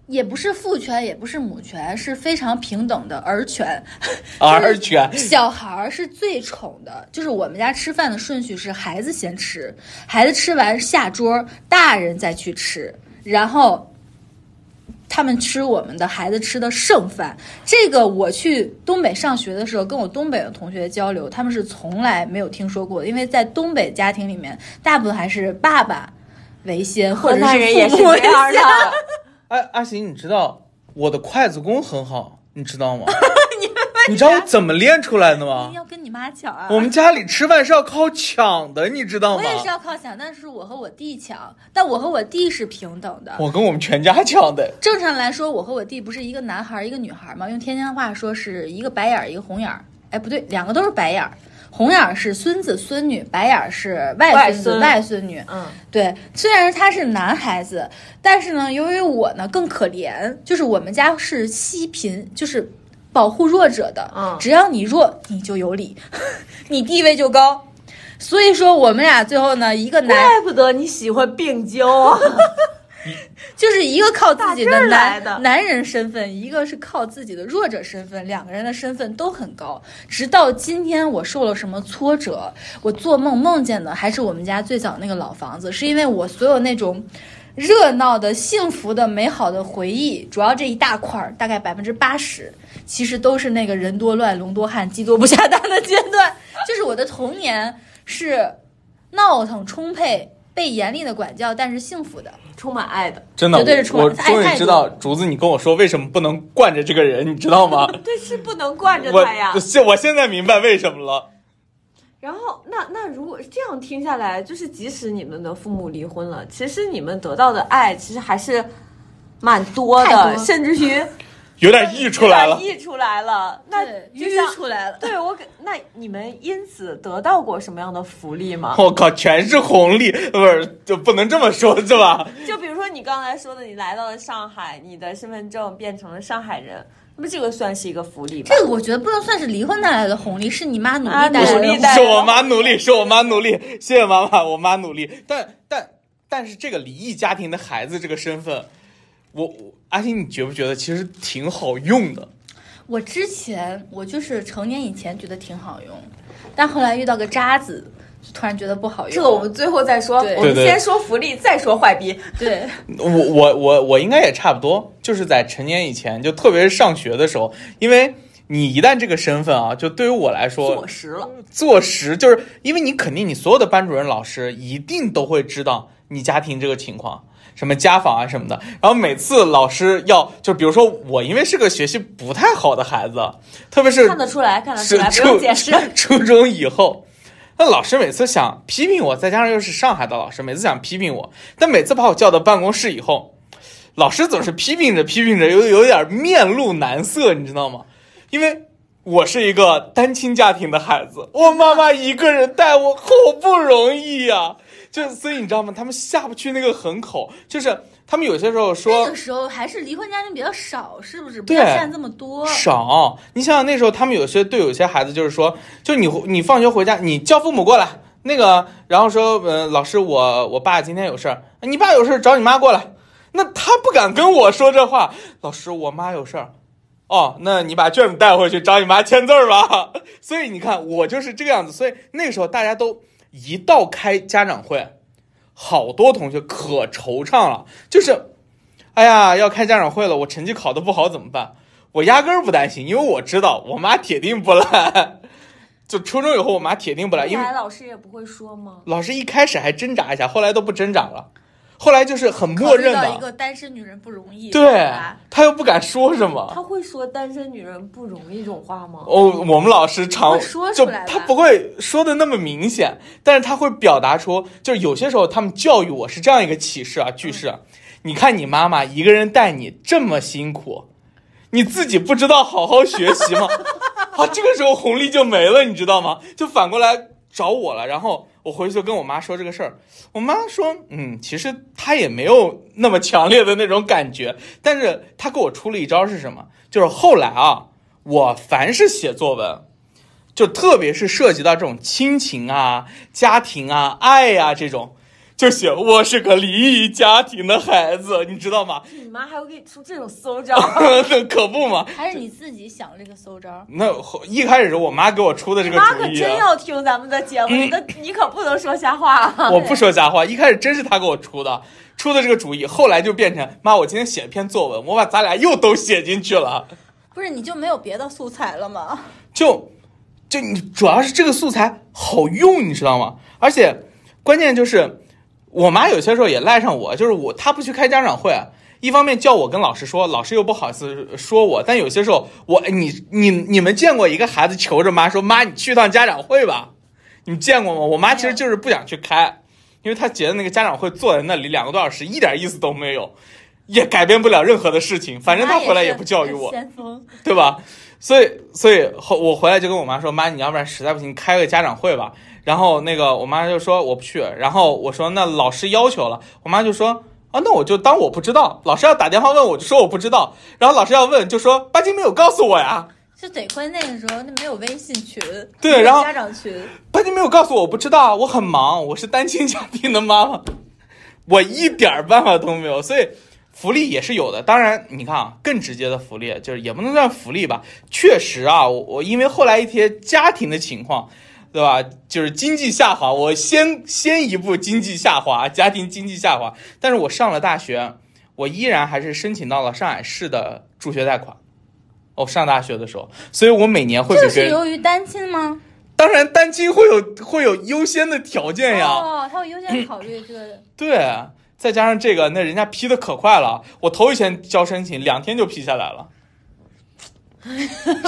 也不是父权，也不是母权，是非常平等的儿权。
儿权，
*laughs* 小孩儿是最宠的，就是我们家吃饭的顺序是孩子先吃，孩子吃完下桌，大人再去吃，然后他们吃我们的孩子吃的剩饭。这个我去东北上学的时候，跟我东北的同学交流，他们是从来没有听说过的，因为在东北家庭里面，大部分还是爸爸为先，
河
或者是
南人也是
父母为
这样的
先。。
阿哎阿行，你知道我的筷子功很好，你知
*laughs*
道吗？你知道
啊
我怎么练出来的吗？
要跟你妈抢啊！
我们家里吃饭是要靠抢的，你知道
我
吗？
也是要啊靠抢，但是我和我弟抢，但我和我弟是平等的。
我跟我们全家抢的。
正常来说，我和我弟不是一个男孩儿一个女孩儿吗？用天津话说是一个白眼儿一个红眼儿，哎不对，两个都是白眼儿。红眼儿是孙子孙女，白眼儿是外孙
外
子
孙
外孙女。
*laughs* 嗯，
对，虽然他是男孩子，但是呢，由于我呢更可怜，就是我们家是惜贫，就是保护弱者的。
嗯
只要你弱，你就有理， *laughs* 你地位就高。所以说，我们俩最后呢，一个男
怪不得你喜欢病娇啊！
就是一个靠自己
打这
的
儿来
男
的
男人身份，一个是靠自己的弱者身份，两个人的身份都很高。直到今天，我受了什么挫折，我做梦梦见的还是我们家最早那个老房子，是因为我所有那种。热闹的、幸福的、美好的回忆，主要这一大块儿，大概百分之八十，其实都是那个人多乱、龙多汉、鸡多不下蛋的阶段。 *laughs* 就是我的童年是闹腾充沛、被严厉的管教，但是幸福的。
*laughs* 充满爱的，
真的，
绝对是充
我
满
我
爱
终于
态
知
度
道竹子，你跟我说为什么不能惯着这个人，你知道
*laughs*
吗？
*laughs* 对，是不能惯着
我
他呀。
现我现在明白为什么了。
然后，那那如果这样听下来，就是即使你们的父母离婚了，其实你们得到的爱其实还是蛮多
太
的，
多
甚至于
有点溢出来了
溢出来了。那
对
就
淤
像
出来了
对我给，那你们因此得到过什么样的福利
*laughs*
吗？
我靠，全是红利，不是就不能这么说是吧？
就比如说你刚才说的，你来到了上海，你的身份证变成了上海人，那么这个算是一个福利吧？
这个我觉得不能算是离婚带来的红利，是你妈努力
啊
带
努
来
力
的。
带
是我妈努力，是我妈努力，谢谢妈妈，我妈努力。但但但是这个离异家庭的孩子这个身份，我我阿星，你觉不觉得其实挺好用的？
我之前我就是成年以前觉得挺好用，但后来遇到个渣子，就突然觉得不好用。
这个我们最后再说，
对
我们
对对
先说福利，再说坏逼。
对
我我我我应该也差不多，就是在成年以前，就特别是上学的时候，因为你一旦这个身份啊，就对于我来说
坐，实了，
坐实就是因为你肯定你所有的班主任老师一定都会知道你家庭这个情况。什么家访啊什么的，然后每次老师要就比如说我，因为是个学习不太好的孩子，特别是
看得出来，看得出
是
来，不
初
用解释。
初 *laughs* 中以后，那老师每次想批评我，再加上又是上海的老师，每次想批评我，但每次把我叫到办公室以后，老师总是批评着批评着，有有点面露难色，你知道吗？因为。我是一个单亲家庭的孩子，我妈妈一个人带我好不容易呀、就所以你知道吗？他们下不去那个狠口，就是他们有些时候 *laughs* 说
那个时候还是离婚家庭比较少，是不是？不
对
要占这么多。
少。你想想那时候，他们有些对有些孩子就是说，就你你放学回家，你叫父母过来，那个然后说，呃，老师我我爸今天有事儿，你爸有事儿找你妈过来。那他不敢跟我说这话，老师我妈有事儿。哦，那你把卷子带回去找你妈签字儿吧。所以你看，我就是这个样子。所以那个时候大家都一到开家长会，好多同学可惆怅了，就是，哎呀，要开家长会了，我成绩考得不好怎么办？我压根儿不担心，因为我知道我妈铁定不来。就初中以后，我妈铁定不来，啊因为 *laughs*
来老师也不会说吗？
老师一开始还挣扎一下，后来都不挣扎了，后来就是很
考
默
虑
认
到一
的，
个单身女人不容易，是
对
吧？
他又不敢说什么。
他会说单身女人不容易这种话吗？
哦，我们老师常
会说
就
出来吧
他不会说的那么明显，但是他会表达出，就是有些时候他们教育我是这样一个启示啊，句式啊。
嗯
你看你妈妈一个人带你这么辛苦，你自己不知道好好学习
*laughs*
吗？啊，这个时候红利就没了，你知道吗？就反过来找我了，然后我回去就跟我妈说这个事儿，我妈说，嗯，其实她也没有那么强烈的那种感觉，但是她给我出了一招是什么？就是后来啊，我凡是写作文，就特别是涉及到这种亲情啊、家庭啊、爱呀、这种，就写我是个离异家庭的孩子，你知道吗？ *laughs*
你妈还会给你出这种馊招，
可不嘛。
还是你自己想这个馊招儿？
那后一开始是我妈给我出的这个
妈
主
可
意、
真
啊，
要听咱们的节目，你的你可不能说瞎话啊。
我不说瞎话，一开始真是她给我出的，出的这个主意，后来就变成妈，我今天写一篇作文，我把咱俩又都写进去了，
不是你就没有别的素材了吗？
就就你主要是这个素材好用，你知道吗？而且关键就是我妈有些时候也赖上我，就是我她不去开家长会。啊一方面叫我跟老师说，老师又不好意思说我，但有些时候我你你你们见过一个孩子求着妈说妈你去趟家长会吧？你们见过吗？我妈其实就是不想去开，因为她觉得那个家长会坐在那里两个多小时一点意思都没有，也改变不了任何的事情，反正她回来也不教育我。
妈也是先锋，
对吧？所以，所以后我回来就跟我妈说，妈，你要不然实在不行开个家长会吧。然后那个我妈就说我不去，然后我说那老师要求了，我妈就说啊，那我就当我不知道。老师要打电话问我就说我不知道，然后老师要问就说巴金没有告诉我呀，
是得亏那个时候那没有微信群，
对
没有
然后
家长群，
巴金没有告诉我，我不知道，啊我很忙，我是单亲 *laughs* 家庭的妈妈，我一点儿办法都没有，所以福利也是有的。当然，你看啊，更直接的福利就是也不能算福利吧，确实啊，我我因为后来一些家庭的情况。对吧？就是经济下滑，我先先一步经济下滑，家庭经济下滑。但是我上了大学，我依然还是申请到了上海市的助学贷款。哦，上大学的时候，所以我每年会比
这
别
是
人
由于单亲吗？
当然，单亲会有会有优先的条件呀，
哦，他会优先考虑这个。
对，再加上这个，那人家批的可快了，我头一天交申请，两天就批下来了， *laughs*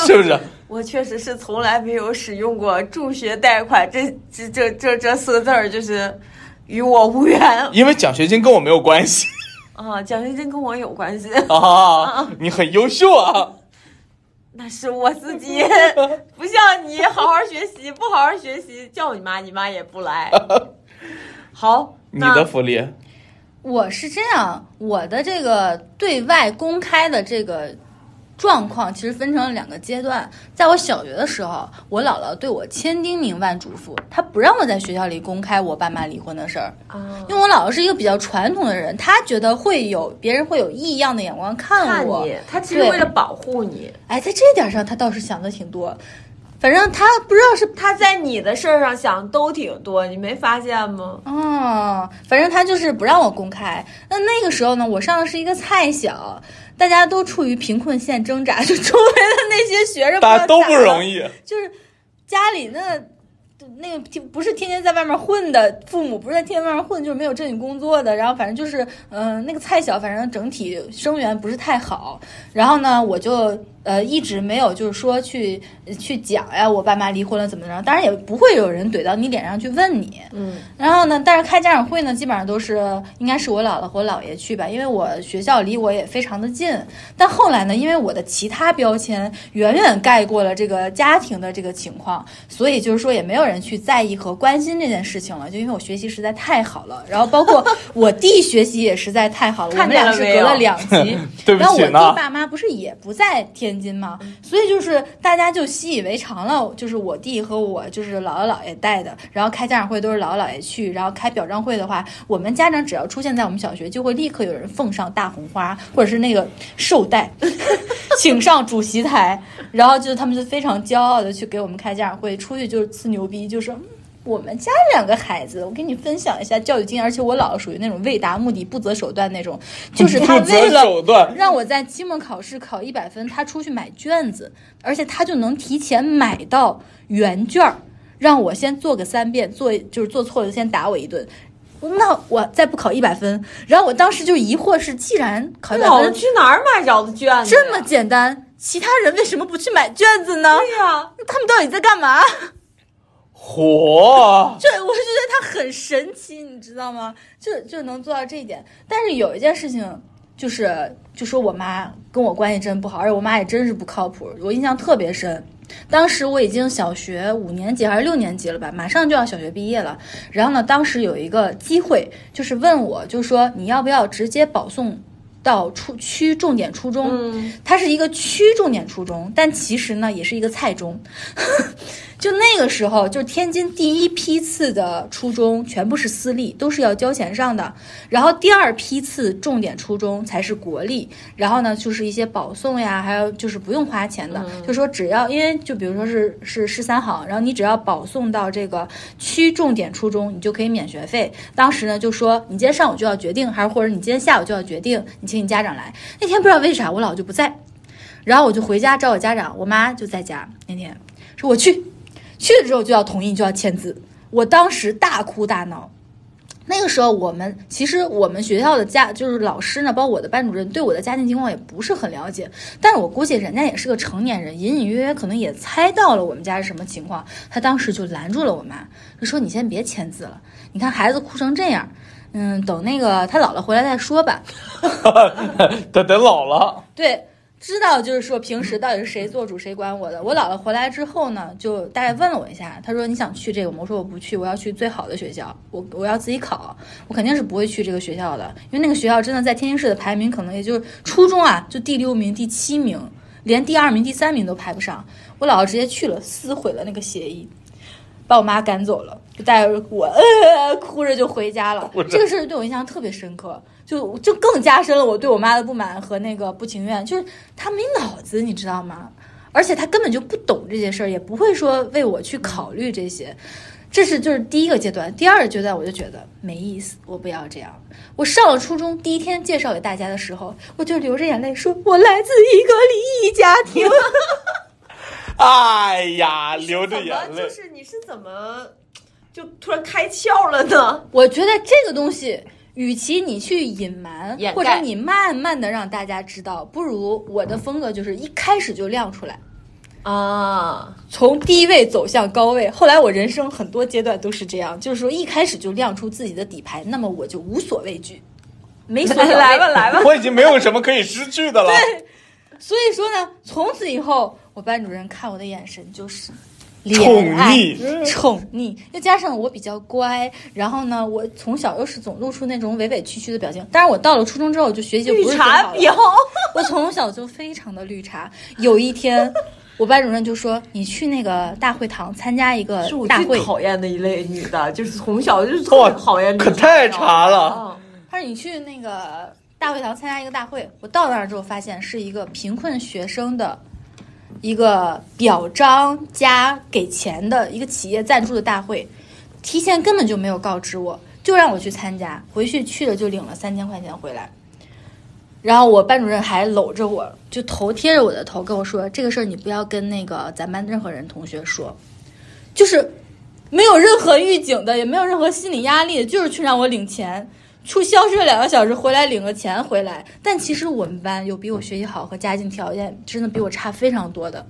是不是？
我确实是从来没有使用过助学贷款这这这这这四个字儿，就是与我无缘
因为奖学金跟我没有关
*laughs*
系
啊。奖学金跟我有关系，
哦
啊，你很优秀啊，
那是我自己不像你好好学习，不好好学习叫你妈，你妈也不来。好，
你
那
的福利，
我是这样，我的这个对外公开的这个状况，其实分成了两个阶段。在我小学的时候，我姥姥对我千叮咛万嘱咐，她不让我在学校里公开我爸妈离婚的事儿，
啊，
因为我姥姥是一个比较传统的人，她觉得会有别人会有异样的眼光看
看
我。
你，他其实为了保护你，
哎，在这点上，她倒是想的挺多。反正她不知道是
他在你的事儿上想都挺多，你没发现吗？
哦，反正他就是不让我公开。那那个时候呢，我上的是一个菜小，大家都处于贫困线挣扎，就周围的那些学生
大家都不容
易，
易，
就是家里那。那个天不是天天在外面混的，父母不是在天天外面混，就是没有正经工作的。然后反正就是，嗯、那个菜小，反正整体生源不是太好。然后呢，我就呃一直没有就是说去去讲呀，我爸妈离婚了怎么着。当然也不会有人怼到你脸上去问你，
嗯，
然后呢，但是开家长会呢，基本上都是应该是我姥姥和我姥爷去吧，因为我学校离我也非常的近。但后来呢，因为我的其他标签远远盖过了这个家庭的这个情况，所以就是说也没有人去在意和关心这件事情了，就因为我学习实在太好了，然后包括我弟学习也实在太好了，我
看
们
见
俩
了
是
没
隔了
有
两级。
对不
然后
起
我弟
呢，
爸妈不是也不在天津吗？所以就是大家就习以为常了，就是我弟和我就是姥姥姥爷带的，然后开家长会都是姥姥姥爷去，然后开表彰会的话，我们家长只要出现在我们小学，就会立刻有人奉上大红花或者是那个绶带， *laughs* 请上主席台，然后就是他们就非常骄傲的去给我们开家长会，出去就是呲牛逼，就说。嗯我们家两个孩子，我给你分享一下教育经验，而且我姥姥属于那种为达目的不择手段那种，就是他
不
为
择
了
手段，
让我在期末考试考一百分，他出去买卷子，而且他就能提前买到原卷儿，让我先做个三遍，做就是做错了就先打我一顿。那我再不考一百分，然后我当时就疑惑是，既然考一百
老子
分
去哪儿买着的卷子呀？
这么简单，其他人为什么不去买卷子呢？
对呀、
他们到底在干嘛？
火，
就我就觉得他很神奇，你知道吗？就就能做到这一点。但是有一件事情，就是就说我妈跟我关系真不好，而且我妈也真是不靠谱，我印象特别深。当时我已经小学五年级还是六年级了吧，马上就要小学毕业了。然后呢，当时有一个机会，就是问我，就说你要不要直接保送到初区重点初中？
嗯
它是一个区重点初中，但其实呢也是一个菜中，就那个时候，就是天津第一批次的初中全部是私立，都是要交钱上的。然后第二批次重点初中才是国立，然后呢就是一些保送呀，还有就是不用花钱的，就说只要因为就比如说是是市三好，然后你只要保送到这个区重点初中，你就可以免学费。当时呢就说你今天上午就要决定，还是或者你今天下午就要决定，你请你家长来。那天不知道为啥我姥就不在，然后我就回家找我家长，我妈就在家那天说我去，去了之后就要同意就要签字，我当时大哭大闹。那个时候，我们其实我们学校的家就是老师呢，包括我的班主任，对我的家庭情况也不是很了解。但是我估计人家也是个成年人，隐隐约约可能也猜到了我们家是什么情况。他当时就拦住了我妈，就说：“你先别签字了，你看孩子哭成这样，嗯，等那个他姥姥回来再说吧。”
等等老了，
对，知道就是说平时到底是谁做主谁管我的。我姥姥回来之后呢，就大概问了我一下，她说你想去这个吗？我说我不去，我要去最好的学校，我我要自己考，我肯定是不会去这个学校的，因为那个学校真的在天津市的排名可能也就是初中啊，就第六名、第七名，连第二名、第三名都排不上。我姥姥直接去了，撕毁了那个协议。把我妈赶走了，就带着我、呃、哭着就回家了
哭。着
这个事儿对我印象特别深刻，就就更加深了我对我妈的不满和那个不情愿。就是她没脑子，你知道吗？而且她根本就不懂这些事儿，也不会说为我去考虑这些。这是就是第一个阶段，第二个阶段我就觉得没意思，我不要这样。我上了初中第一天介绍给大家的时候，我就流着眼泪说：“我来自一个离异家庭。”
哎呀，流着眼
*laughs*
怎么
泪
就。是你是怎么就突然开窍了呢？
*laughs* 我觉得这个东西，与其你去隐瞒
掩，盖
或者你慢慢的让大家知道，不如我的风格就是一开始就亮出来，
啊，
从低位走向高位。后来我人生很多阶段都是这样，就是说一开始就亮出自己的底牌，那么我就无所畏惧，没所 *laughs* 谓。
哎来吧，来吧，
*laughs* 我已经没有什么可以失去的了。
所以说呢，从此以后，我班主任看我的眼神就是
宠
怜爱
溺、
宠溺，又加上我比较乖，然后呢，我从小又是总露出那种委委屈屈的表情。但是我到了初中之后，我就学习就
绿
不是很
茶
好了，
婊，
我从小就非常的绿茶。有一天，我班主任就说：“你去那个大会堂参加一个
是我
大
最
会。”
讨厌的一类女的，就是从小就是特别讨厌绿
可太差
哦
了。
啊
他说你去那个大会堂参加一个大会，我到那儿之后发现是一个贫困学生的一个表彰加给钱的一个企业赞助的大会，提前根本就没有告知我，就让我去参加，回去去了就领了三千块钱回来。然后我班主任还搂着我，就头贴着我的头跟我说：“这个事儿你不要跟那个咱班任何人同学说，就是没有任何预警的，也没有任何心理压力，就是去让我领钱。出消失了两个小时，回来领个钱回来。但其实我们班有比我学习好和家境条件真的比我差非常多的，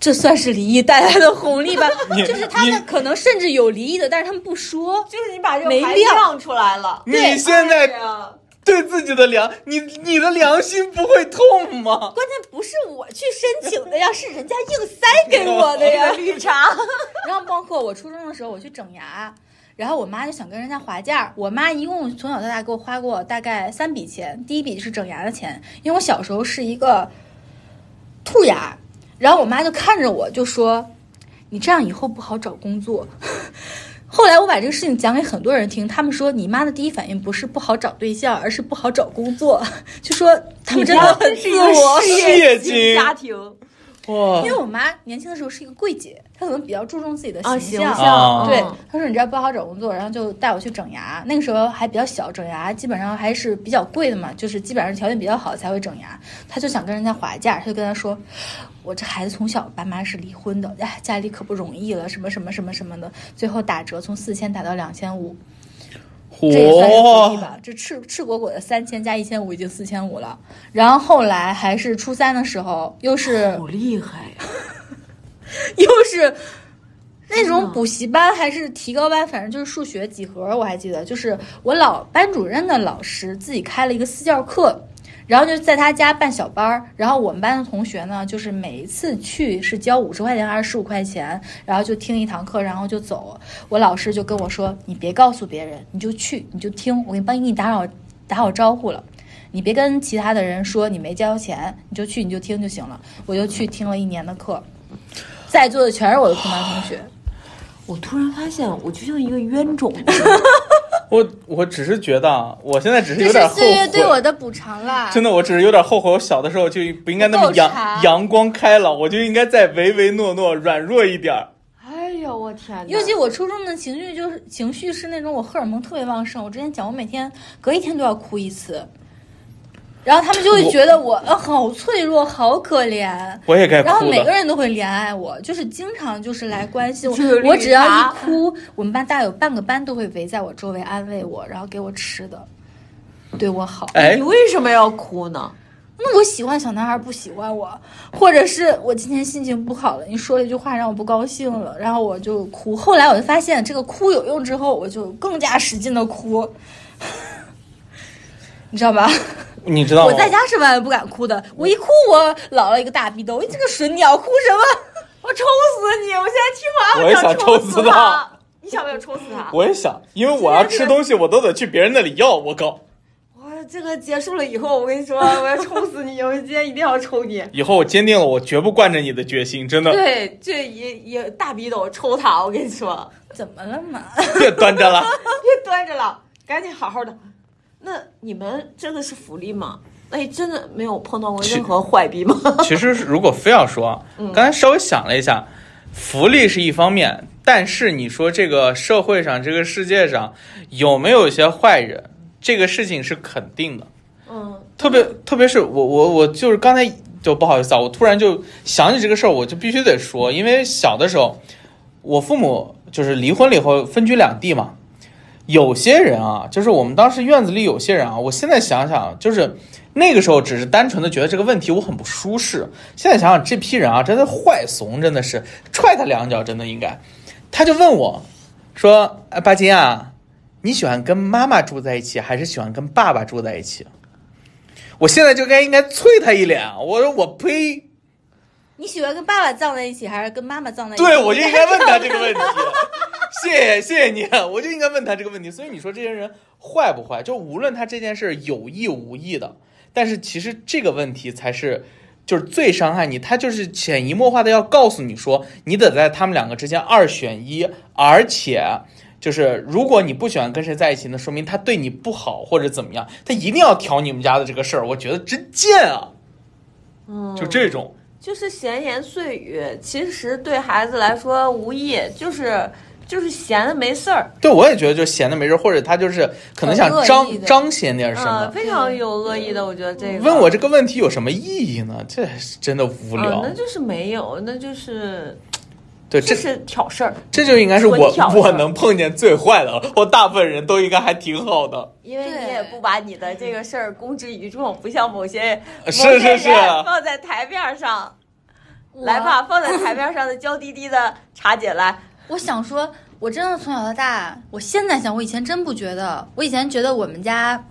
这算是离异带来的红利吧？
你
就是他
你
们可能甚至有离异的，但是他们不说。
*laughs* 就是你把这
没
个牌
料
亮出来了。
你现
哎
在
呀
*laughs* 对自己的良，你你的良心不会痛吗？
关键不是我去申请的呀，是人家硬塞给我的呀。
绿 *laughs* 茶，
然后包括我初中的时候，我去整牙，然后我妈就想跟人家划价。我妈一共从小到大给我花过大概三笔钱，第一笔是整牙的钱，因为我小时候是一个兔牙，然后我妈就看着我就说：“你这样以后不好找工作。” *laughs* 后来我把这个事情讲给很多人听，他们说你妈的第一反应不是不好找对象，而是不好找工作， *laughs* 就说他们真的很
是
自
一个
我。
事
业
业
精
型家庭
哇
因为我妈年轻的时候是一个柜姐，她可能比较注重自己的
形
象，
啊
对，他说你这儿不好找工作，然后就带我去整牙。那个时候还比较小，整牙基本上还是比较贵的嘛，就是基本上条件比较好才会整牙。他就想跟人家划价，他就跟他说：“我这孩子从小爸妈是离婚的，哎，家里可不容易了，什么什么什么什么的。”最后打折从四千打到两千五，这也算是福利
哇！
吧。这赤赤果果的三千加一千五已经四千五了。然后后来还是初三的时候，又是
好厉害啊呀！
*laughs* 又是那种补习班还是提高班，反正就是数学几何，我还记得，就是我老班主任的老师自己开了一个私教课。然后就在他家办小班儿，然后我们班的同学呢，就是每一次去是交五十块钱还是十五块钱，然后就听一堂课，然后就走。我老师就跟我说：“你别告诉别人，你就去，你就听，我给你帮你打好打好招呼了。”你别跟其他的人说你没交钱，你就去你就听就行了。我就去听了一年的课，在座的全是我的同班同学。
我突然发现，我就像一个冤种。
我我只是觉得，我现在只是
这
有点
是
后
岁
悔
月，对我的补偿啦。
真的，我只是有点后悔，我小的时候就不应该那
不
么
够
阳
茶
阳光开朗，我就应该再唯唯诺诺、软弱一点儿。
哎呦，我天哪！
尤其我初中的情绪就是情绪是那种我荷尔蒙特别旺盛，我之前讲我每天隔一天都要哭一次，然后他们就会觉得我呃好脆弱，好可怜，
我也该
然后
哭
每个
了。嗯
人都会怜爱我，就是经常就是来关心我
就有绿，茶
我只要一哭，我们班大概有半个班都会围在我周围安慰我，然后给我吃的，对我好。
哎
你，为什么要哭呢？
那我喜欢小男孩不喜欢我，或者是我今天心情不好了，你说了一句话让我不高兴了，然后我就哭。后来我就发现这个哭有用之后，我就更加使劲的哭， *laughs* 你知道吧？
你知道
我
吗？
在家是万万不敢哭的，我一哭我老了一个大逼兜，你这个水鸟哭什么？ *laughs*
我抽死你！我现在听完
我也想抽
死
死他。
你想不想抽死他？
我也想，因为我要吃东西，我都得去别人那里要。我搞，
我这个结束了以后，我跟你说，我要抽死你！我今天一定要抽你。
以后我坚定了，我绝不惯着你的决心，真
*laughs*
的
对，这也也大逼斗抽他！我跟你说，
怎么了嘛？
别 *laughs* 端着了。
别端着了，赶紧好好的。那你们这个是福利吗？哎，真的没有碰到过任 *laughs* 何坏逼吗？
其实如果非要说，啊刚才稍微想了一下，福利是一方面，但是你说这个社会上、这个世界上有没有一些坏人，这个事情是肯定的。
嗯，
特别特别是我我我就是刚才就不好意思啊，我突然就想起这个事儿，我就必须得说，因为小的时候，我父母就是离婚了以后分居两地嘛，有些人啊，就是我们当时院子里有些人啊，我现在想想，就是那个时候只是单纯的觉得这个问题我很不舒适，现在想想这批人啊，真的坏怂，真的是踹他两脚，真的应该。他就问我，说：“哎，巴金啊，你喜欢跟妈妈住在一起，还是喜欢跟爸爸住在一起？”我现在就该应该啐他一脸，啊我说我呸！
你喜欢跟爸爸葬在一起，还是跟妈妈葬在一起？
对，我就应该问他这个问题。谢谢谢谢你，啊我就应该问他这个问题。所以你说这些人坏不坏？就无论他这件事有意无意的，但是其实这个问题才是就是最伤害你。他就是潜移默化的要告诉你说，你得在他们两个之间二选一，而且。就是如果你不喜欢跟谁在一起，那说明他对你不好或者怎么样，他一定要挑你们家的这个事儿，我觉得真贱啊！
嗯
就这种，
就是闲言碎语，其实对孩子来说无益，就是就是闲的没事儿，
对，我也觉得就闲的没事儿，或者他就是可能想
很恶意
彰
的
彰显点什
嗯，
么。
非常有恶意的，我觉得这个。
问我这个问题有什么意义呢？这是真的无
啊
聊。
那就是没有，那就是
对，
就
这
是挑事儿，
这就应该是我
纯挑事儿
我能碰见最坏的了。我大部分人都应该还挺好的。
因为
对
你也不把你的这个事儿公之于众，不像某些某
是
些
是啊是
人放在台面上，来吧，放在台面上的娇滴滴的茶姐来，
我想说，我真的从小到大，我现在想，我以前真不觉得，我以前觉得我们家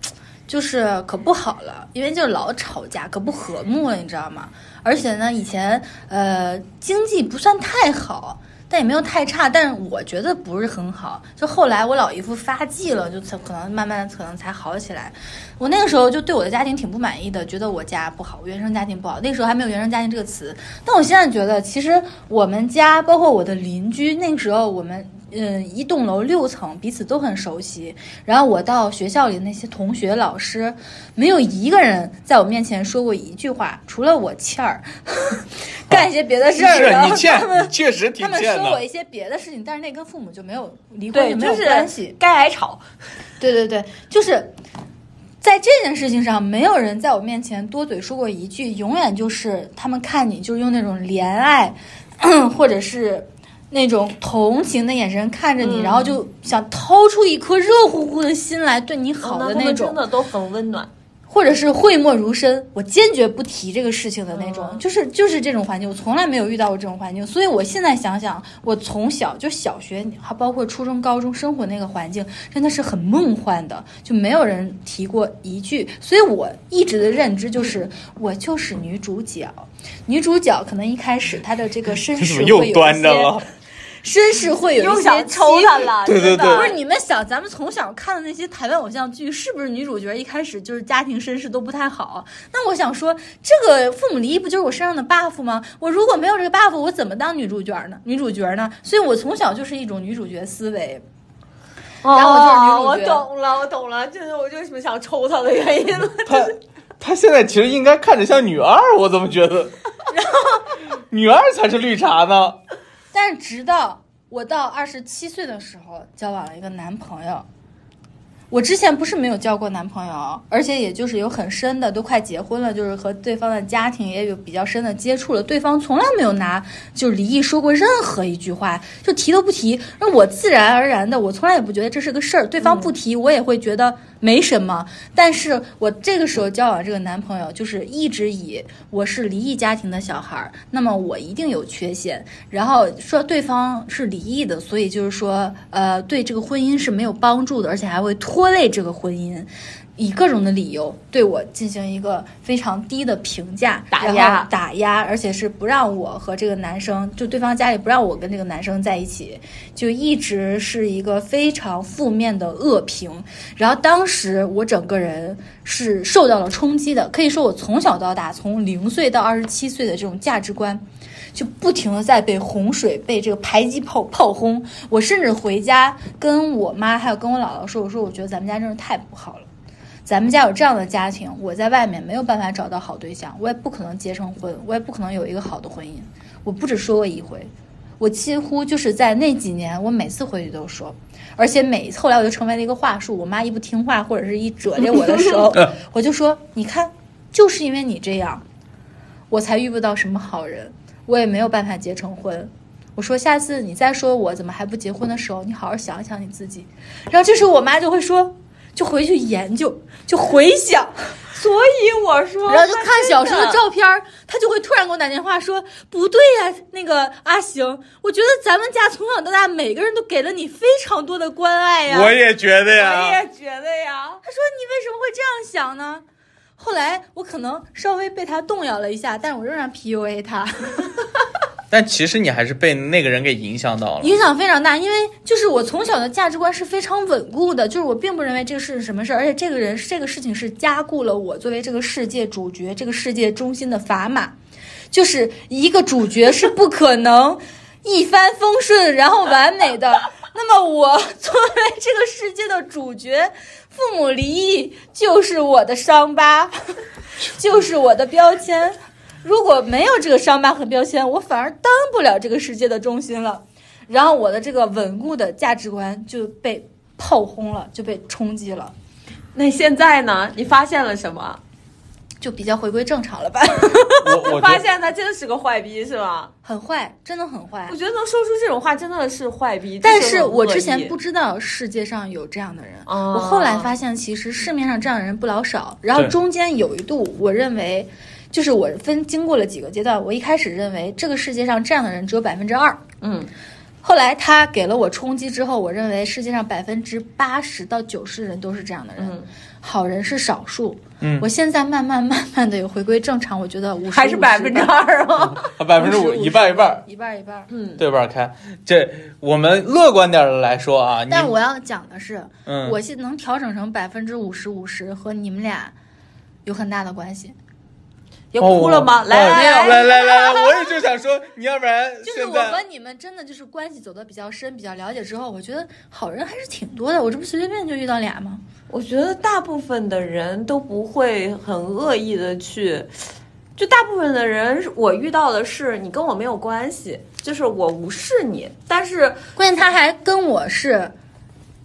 就是可不好了，因为就是老吵架，可不和睦了，你知道吗？而且呢，以前呃经济不算太好。但也没有太差，但是我觉得不是很好。就后来我老姨夫发迹了，就才可能慢慢可能才好起来。我那个时候就对我的家庭挺不满意的，觉得我家不好，我原生家庭不好。那时候还没有原生家庭这个词，但我现在觉得，其实我们家包括我的邻居，那个时候我们。嗯，一栋楼六层，彼此都很熟悉。然后我到学校里的那些同学、老师，没有一个人在我面前说过一句话，除了我欠儿， *laughs* 干一些别的事儿。
是啊
然后
你欠
啊他们，
你确实
他
挺
们
欠
说我
的。
一些别的事情，但是那跟父母就没有离婚
对，
就没有
就是
关系。
该挨吵，
对对对，就是在这件事情上，没有人在我面前多嘴说过一句，永远就是他们看你就是用那种怜爱， *clears throat* 或者是那种同情的眼神看着你，
嗯
然后就想掏出一颗热乎乎的心来对你好的
哦他们
种，
真的都很温暖。
或者是讳莫如深，我坚决不提这个事情的那种，
嗯
就是就是这种环境，我从来没有遇到过这种环境，所以我现在想想，我从小就小学，还包括初中、高中生活那个环境，真的是很梦幻的，就没有人提过一句，所以我一直的认知就是我就是女主角，女主角可能一开始她的这个身
你怎
世
么
会有
又
一
端着
些
了？
绅士会 *laughs* 有
又
一些
想抽
期
他了，
对对
真的
对
不是你们想，咱们从小看的那些台湾偶像剧，是不是女主角一开始就是家庭身世都不太好？那我想说，这个父母离异不就是我身上的 buff 吗？我如果没有这个 buff，我怎么当女主角呢？女主角呢？所以我从小就是一种女主角思维。然后
哦我
就是女主角
懂了，我懂了，这是我就是想抽他的原因了。 *laughs*
他他现在其实应该看着像女二，我怎么觉得？女二才是绿茶呢？
但是直到我到二十七岁的时候，交往了一个男朋友。我之前不是没有交过男朋友，而且也就是有很深的，都快结婚了，就是和对方的家庭也有比较深的接触了。对方从来没有拿就离异说过任何一句话，就提都不提。那我自然而然的，我从来也不觉得这是个事儿。对方不提，我也会觉得没什么。但是我这个时候交往这个男朋友，就是一直以我是离异家庭的小孩儿，那么我一定有缺陷。然后说对方是离异的，所以就是说，呃，对这个婚姻是没有帮助的，而且还会拖累这个婚姻，以各种的理由对我进行一个非常低的评价，
打
然后
压
打压，而且是不让我和这个男生，就对方家里不让我跟这个男生在一起，就一直是一个非常负面的恶评。然后当时我整个人是受到了冲击的，可以说我从小到大，从零岁到二十七岁的这种价值观，就不停的在被洪水、被这个排挤炮炮轰。我甚至回家跟我妈还有跟我姥姥说，我说我觉得咱们家真是太不好了。咱们家有这样的家庭，我在外面没有办法找到好对象，我也不可能结成婚，我也不可能有一个好的婚姻。我不止说过一回，我几乎就是在那几年，我每次回去都说，而且每后来我就成为了一个话术，我妈一不听话或者是一折着我的时候，我就说，你看，就是因为你这样，我才遇不到什么好人，我也没有办法结成婚。我说下次你再说我怎么还不结婚的时候，你好好想想你自己。然后这时候我妈就会说，就回去研究，就回想，
所以我说，
然后就看小时候的
真
照片儿，他就会突然给我打电话说：“不对呀、那个阿行，我觉得咱们家从小到大每个人都给了你非常多的关爱呀、
我也觉得
我
呀，
也觉得呀，
他说：“你为什么会这样想呢？”后来我可能稍微被他动摇了一下，但我仍然 PUA 他，
但其实你还是被那个人给影响到了。
影响非常大。因为就是我从小的价值观是非常稳固的，就是我并不认为这个是什么事儿，而且这个人这个事情是加固了我作为这个世界主角、这个世界中心的砝码。就是一个主角是不可能一帆风顺然后完美的。那么我作为这个世界的主角，父母离异就是我的伤疤，就是我的标签。如果没有这个伤疤和标签，我反而当不了这个世界的中心了。然后我的这个稳固的价值观就被炮轰了，就被冲击了，
那现在呢？你发现了什么？
就比较回归正常了
*laughs*
吧？
我我觉
发
得
现他真的是个坏逼，是吧？
很坏，真的很坏
我。觉得能说出这种话真的是坏逼。
但
这
是
种
我
恶
之
意
前不知道世界上有这样的人，
哦
我后来发现其实市面上这样的人不老少。然后
对
中间有一度，我认为就是我分经过了几个阶段，我一开始认为这个世界上这样的人只有百分之二，
嗯，
后来他给了我冲击之后，我认为世界上百分之八十到九十人都是这样的人，
嗯
好人是少数。
嗯
我现在慢慢慢慢的有回归正常，我觉得五十
还是百分之二
*laughs*
啊。
啊百分之五，一半一半，，
一半一半。
嗯，
对半开。这我们乐观点的来说啊，你
但我要讲的是，
嗯，
我是能调整成百分之五十五十，和你们俩有很大的关系。
也哭了吗？
哦
来
哦
来
来来来来，我也就想说，你要不然
就是
现
我和
在
你们真的就是关系走的比较深、比较了解之后，我觉得好人还是挺多的。我这不随随便就遇到俩吗？
我觉得大部分的人都不会很恶意的去，就大部分的人我遇到的是你跟我没有关系，就是我无视你，但是
关键他还跟我是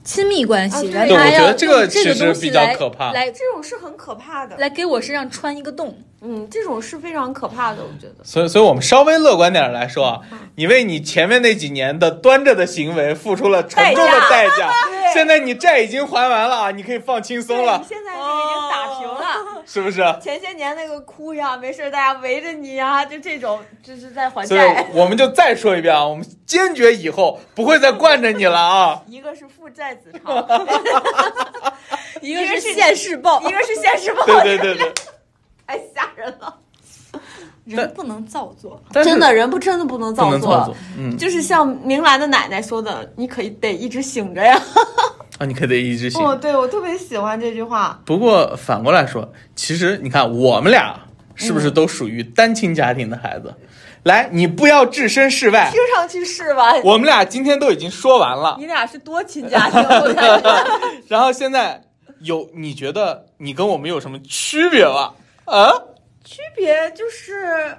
亲密关系，
啊
然后
对
他
我
觉得
要
这个
用这个
其实
东西
比较
来
可怕
来
哎这种是很可怕的。
来给我身上穿一个洞。
嗯，这种是非常可怕的，我觉得。
所以，所以我们稍微乐观点来说啊，你为你前面那几年的端着的行为付出了沉重的代价，现在你债已经还完了啊，你可以放轻松
你
了，
现在这个已经打平了。
是不是？
前些年那个哭呀，没事儿大家围着你呀，就这种，就是在还
所以
债。。
我们就再说一遍啊，我们坚决以后不会再惯着你了啊
一个是父债子偿，
*laughs*
一
个是
现世报
一个是现实报。哎
对对对对，
太吓人了。
人不能造作。
但是
真的人不真的不能
不
造
能
作，
操作，嗯
就是像明兰的奶奶说的，你可以得一直醒着呀。
啊，你可得一直醒。
哦，对我特别喜欢这句话。
不过反过来说，其实你看我们俩是不是都属于单亲家庭的孩子？来，你不要置身事外
听。上去是吧？
我们俩今天都已经说完了，
你俩是多亲家庭，啊我感
*laughs*
觉
然后现在有你觉得你跟我们有什么区别吗？啊，
区别就是，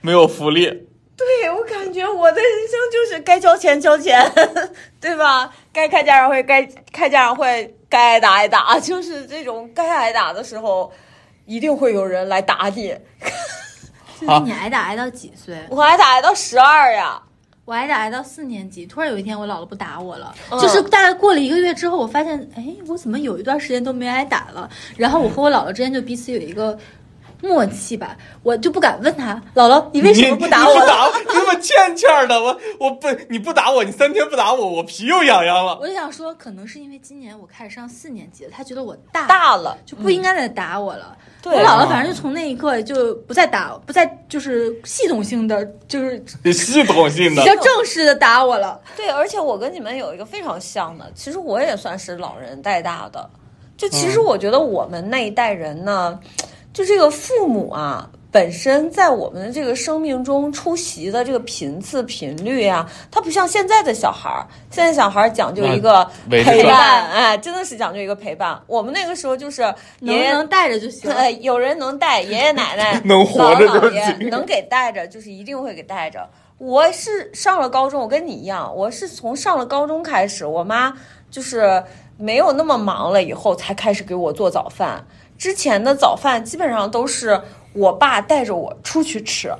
没有福利，
对我感觉我的人生就是该交钱交钱， *laughs* 对吧？该开家长会该开家长会，该挨打挨打， *laughs* 就是这种该挨打的时候，一定会有人来打你。
就是你挨打挨到几岁？
我挨打挨到十二呀，
我挨打挨到四年级，突然有一天我姥姥不打我了，
嗯
就是大概过了一个月之后，我发现，哎，我怎么有一段时间都没挨打了？然后我和我姥姥之间就彼此有一个默契吧，我就不敢问她，姥姥你为什么不打
你
我
不
了？ *laughs*
打我， *laughs* 你怎么欠欠的？我我不，你不打我，你三天不打我，我皮又痒痒了。
我就想说，可能是因为今年我开始上四年级了，她觉得我大
大了
就不应该再打我了。
对
我姥姥反正就从那一刻就不再打，不再就是系统性的，就是
系统性
比
的
较正式的打我了。
对，而且我跟你们有一个非常像的，其实我也算是老人带大的。就其实我觉得我们那一代人呢，就这个父母啊，本身在我们的这个生命中出席的这个频次、频率啊，它不像现在的小孩儿。现在小孩儿讲究一个
围着
陪
转，
伴，哎，真的是讲究一个陪伴。我们那个时候就是
能
爷爷
能带着就行。
呃， *laughs* 有人能带爷爷奶奶
*laughs* 能活着就
姥姥姥
行
爷能给带着，就是一定会给带着。我是上了高中，我跟你一样，我是从上了高中开始，我妈就是没有那么忙了以后，才开始给我做早饭。之前的早饭基本上都是我爸带着我出去吃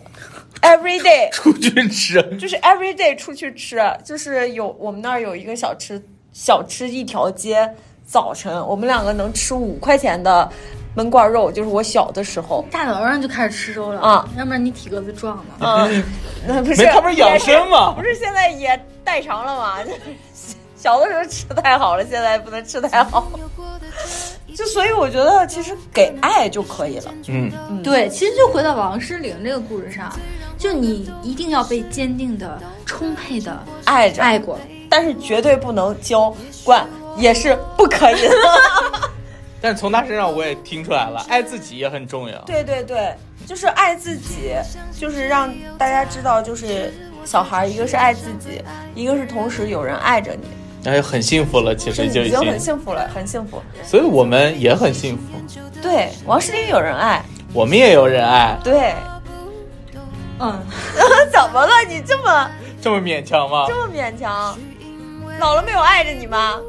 ，every day。
*laughs* 出去吃，
就是 every day 出去吃，就是有我们那儿有一个小吃小吃一条街，早晨我们两个能吃五块钱的焖罐肉，就是我小的时候，
大早上就开始吃肉了
啊，
要不然你体格子壮了。
嗯，那不是
没他不是养生吗
不是现在也代偿了吗？ *laughs* 就是小的时候吃太好了，现在不能吃太好，就所以我觉得其实给爱就可以了。
嗯
嗯
对，其实就回到王诗龄这个故事上，就你一定要被坚定的、充沛的
爱着，
爱过。
但是绝对不能娇惯，也是不可以的。
但从他身上我也听出来了，爱自己也很重要。
对对对，就是爱自己，就是让大家知道，就是小孩儿一个是爱自己，一个是同时有人爱着你，
哎，很幸福了，其
就
实
已
就
经很幸福了，很幸福。
所以我们也很幸福，
对，王诗龄有人爱，
我们也有人爱，
对， *laughs*
嗯，
怎么了？你这么
这么勉强吗
这？么勉强，姥姥没有爱着你吗？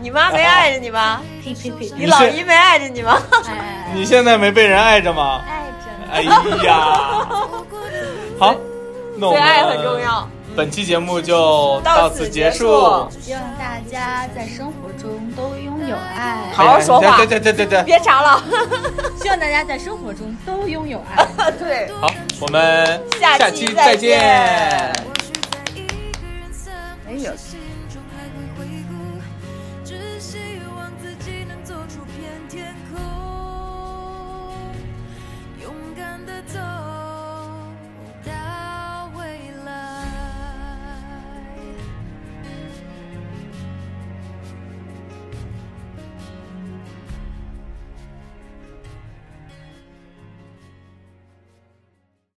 你妈没爱着你吗？
哎呸呸呸！
你姥姨没爱着你吗？ *laughs*
哎哎
你现在没被人爱着吗？
爱着
哎呀，好，那我
对
们
爱很重。要。
本期节目就
到
此
此结
结束
束。
希望大家在生活中都拥有 *laughs* 爱，
好好说话
对对对对对，
别查了，
希望大家在生活中都拥有爱。
对。
好，我们
下期
期
再
再见
见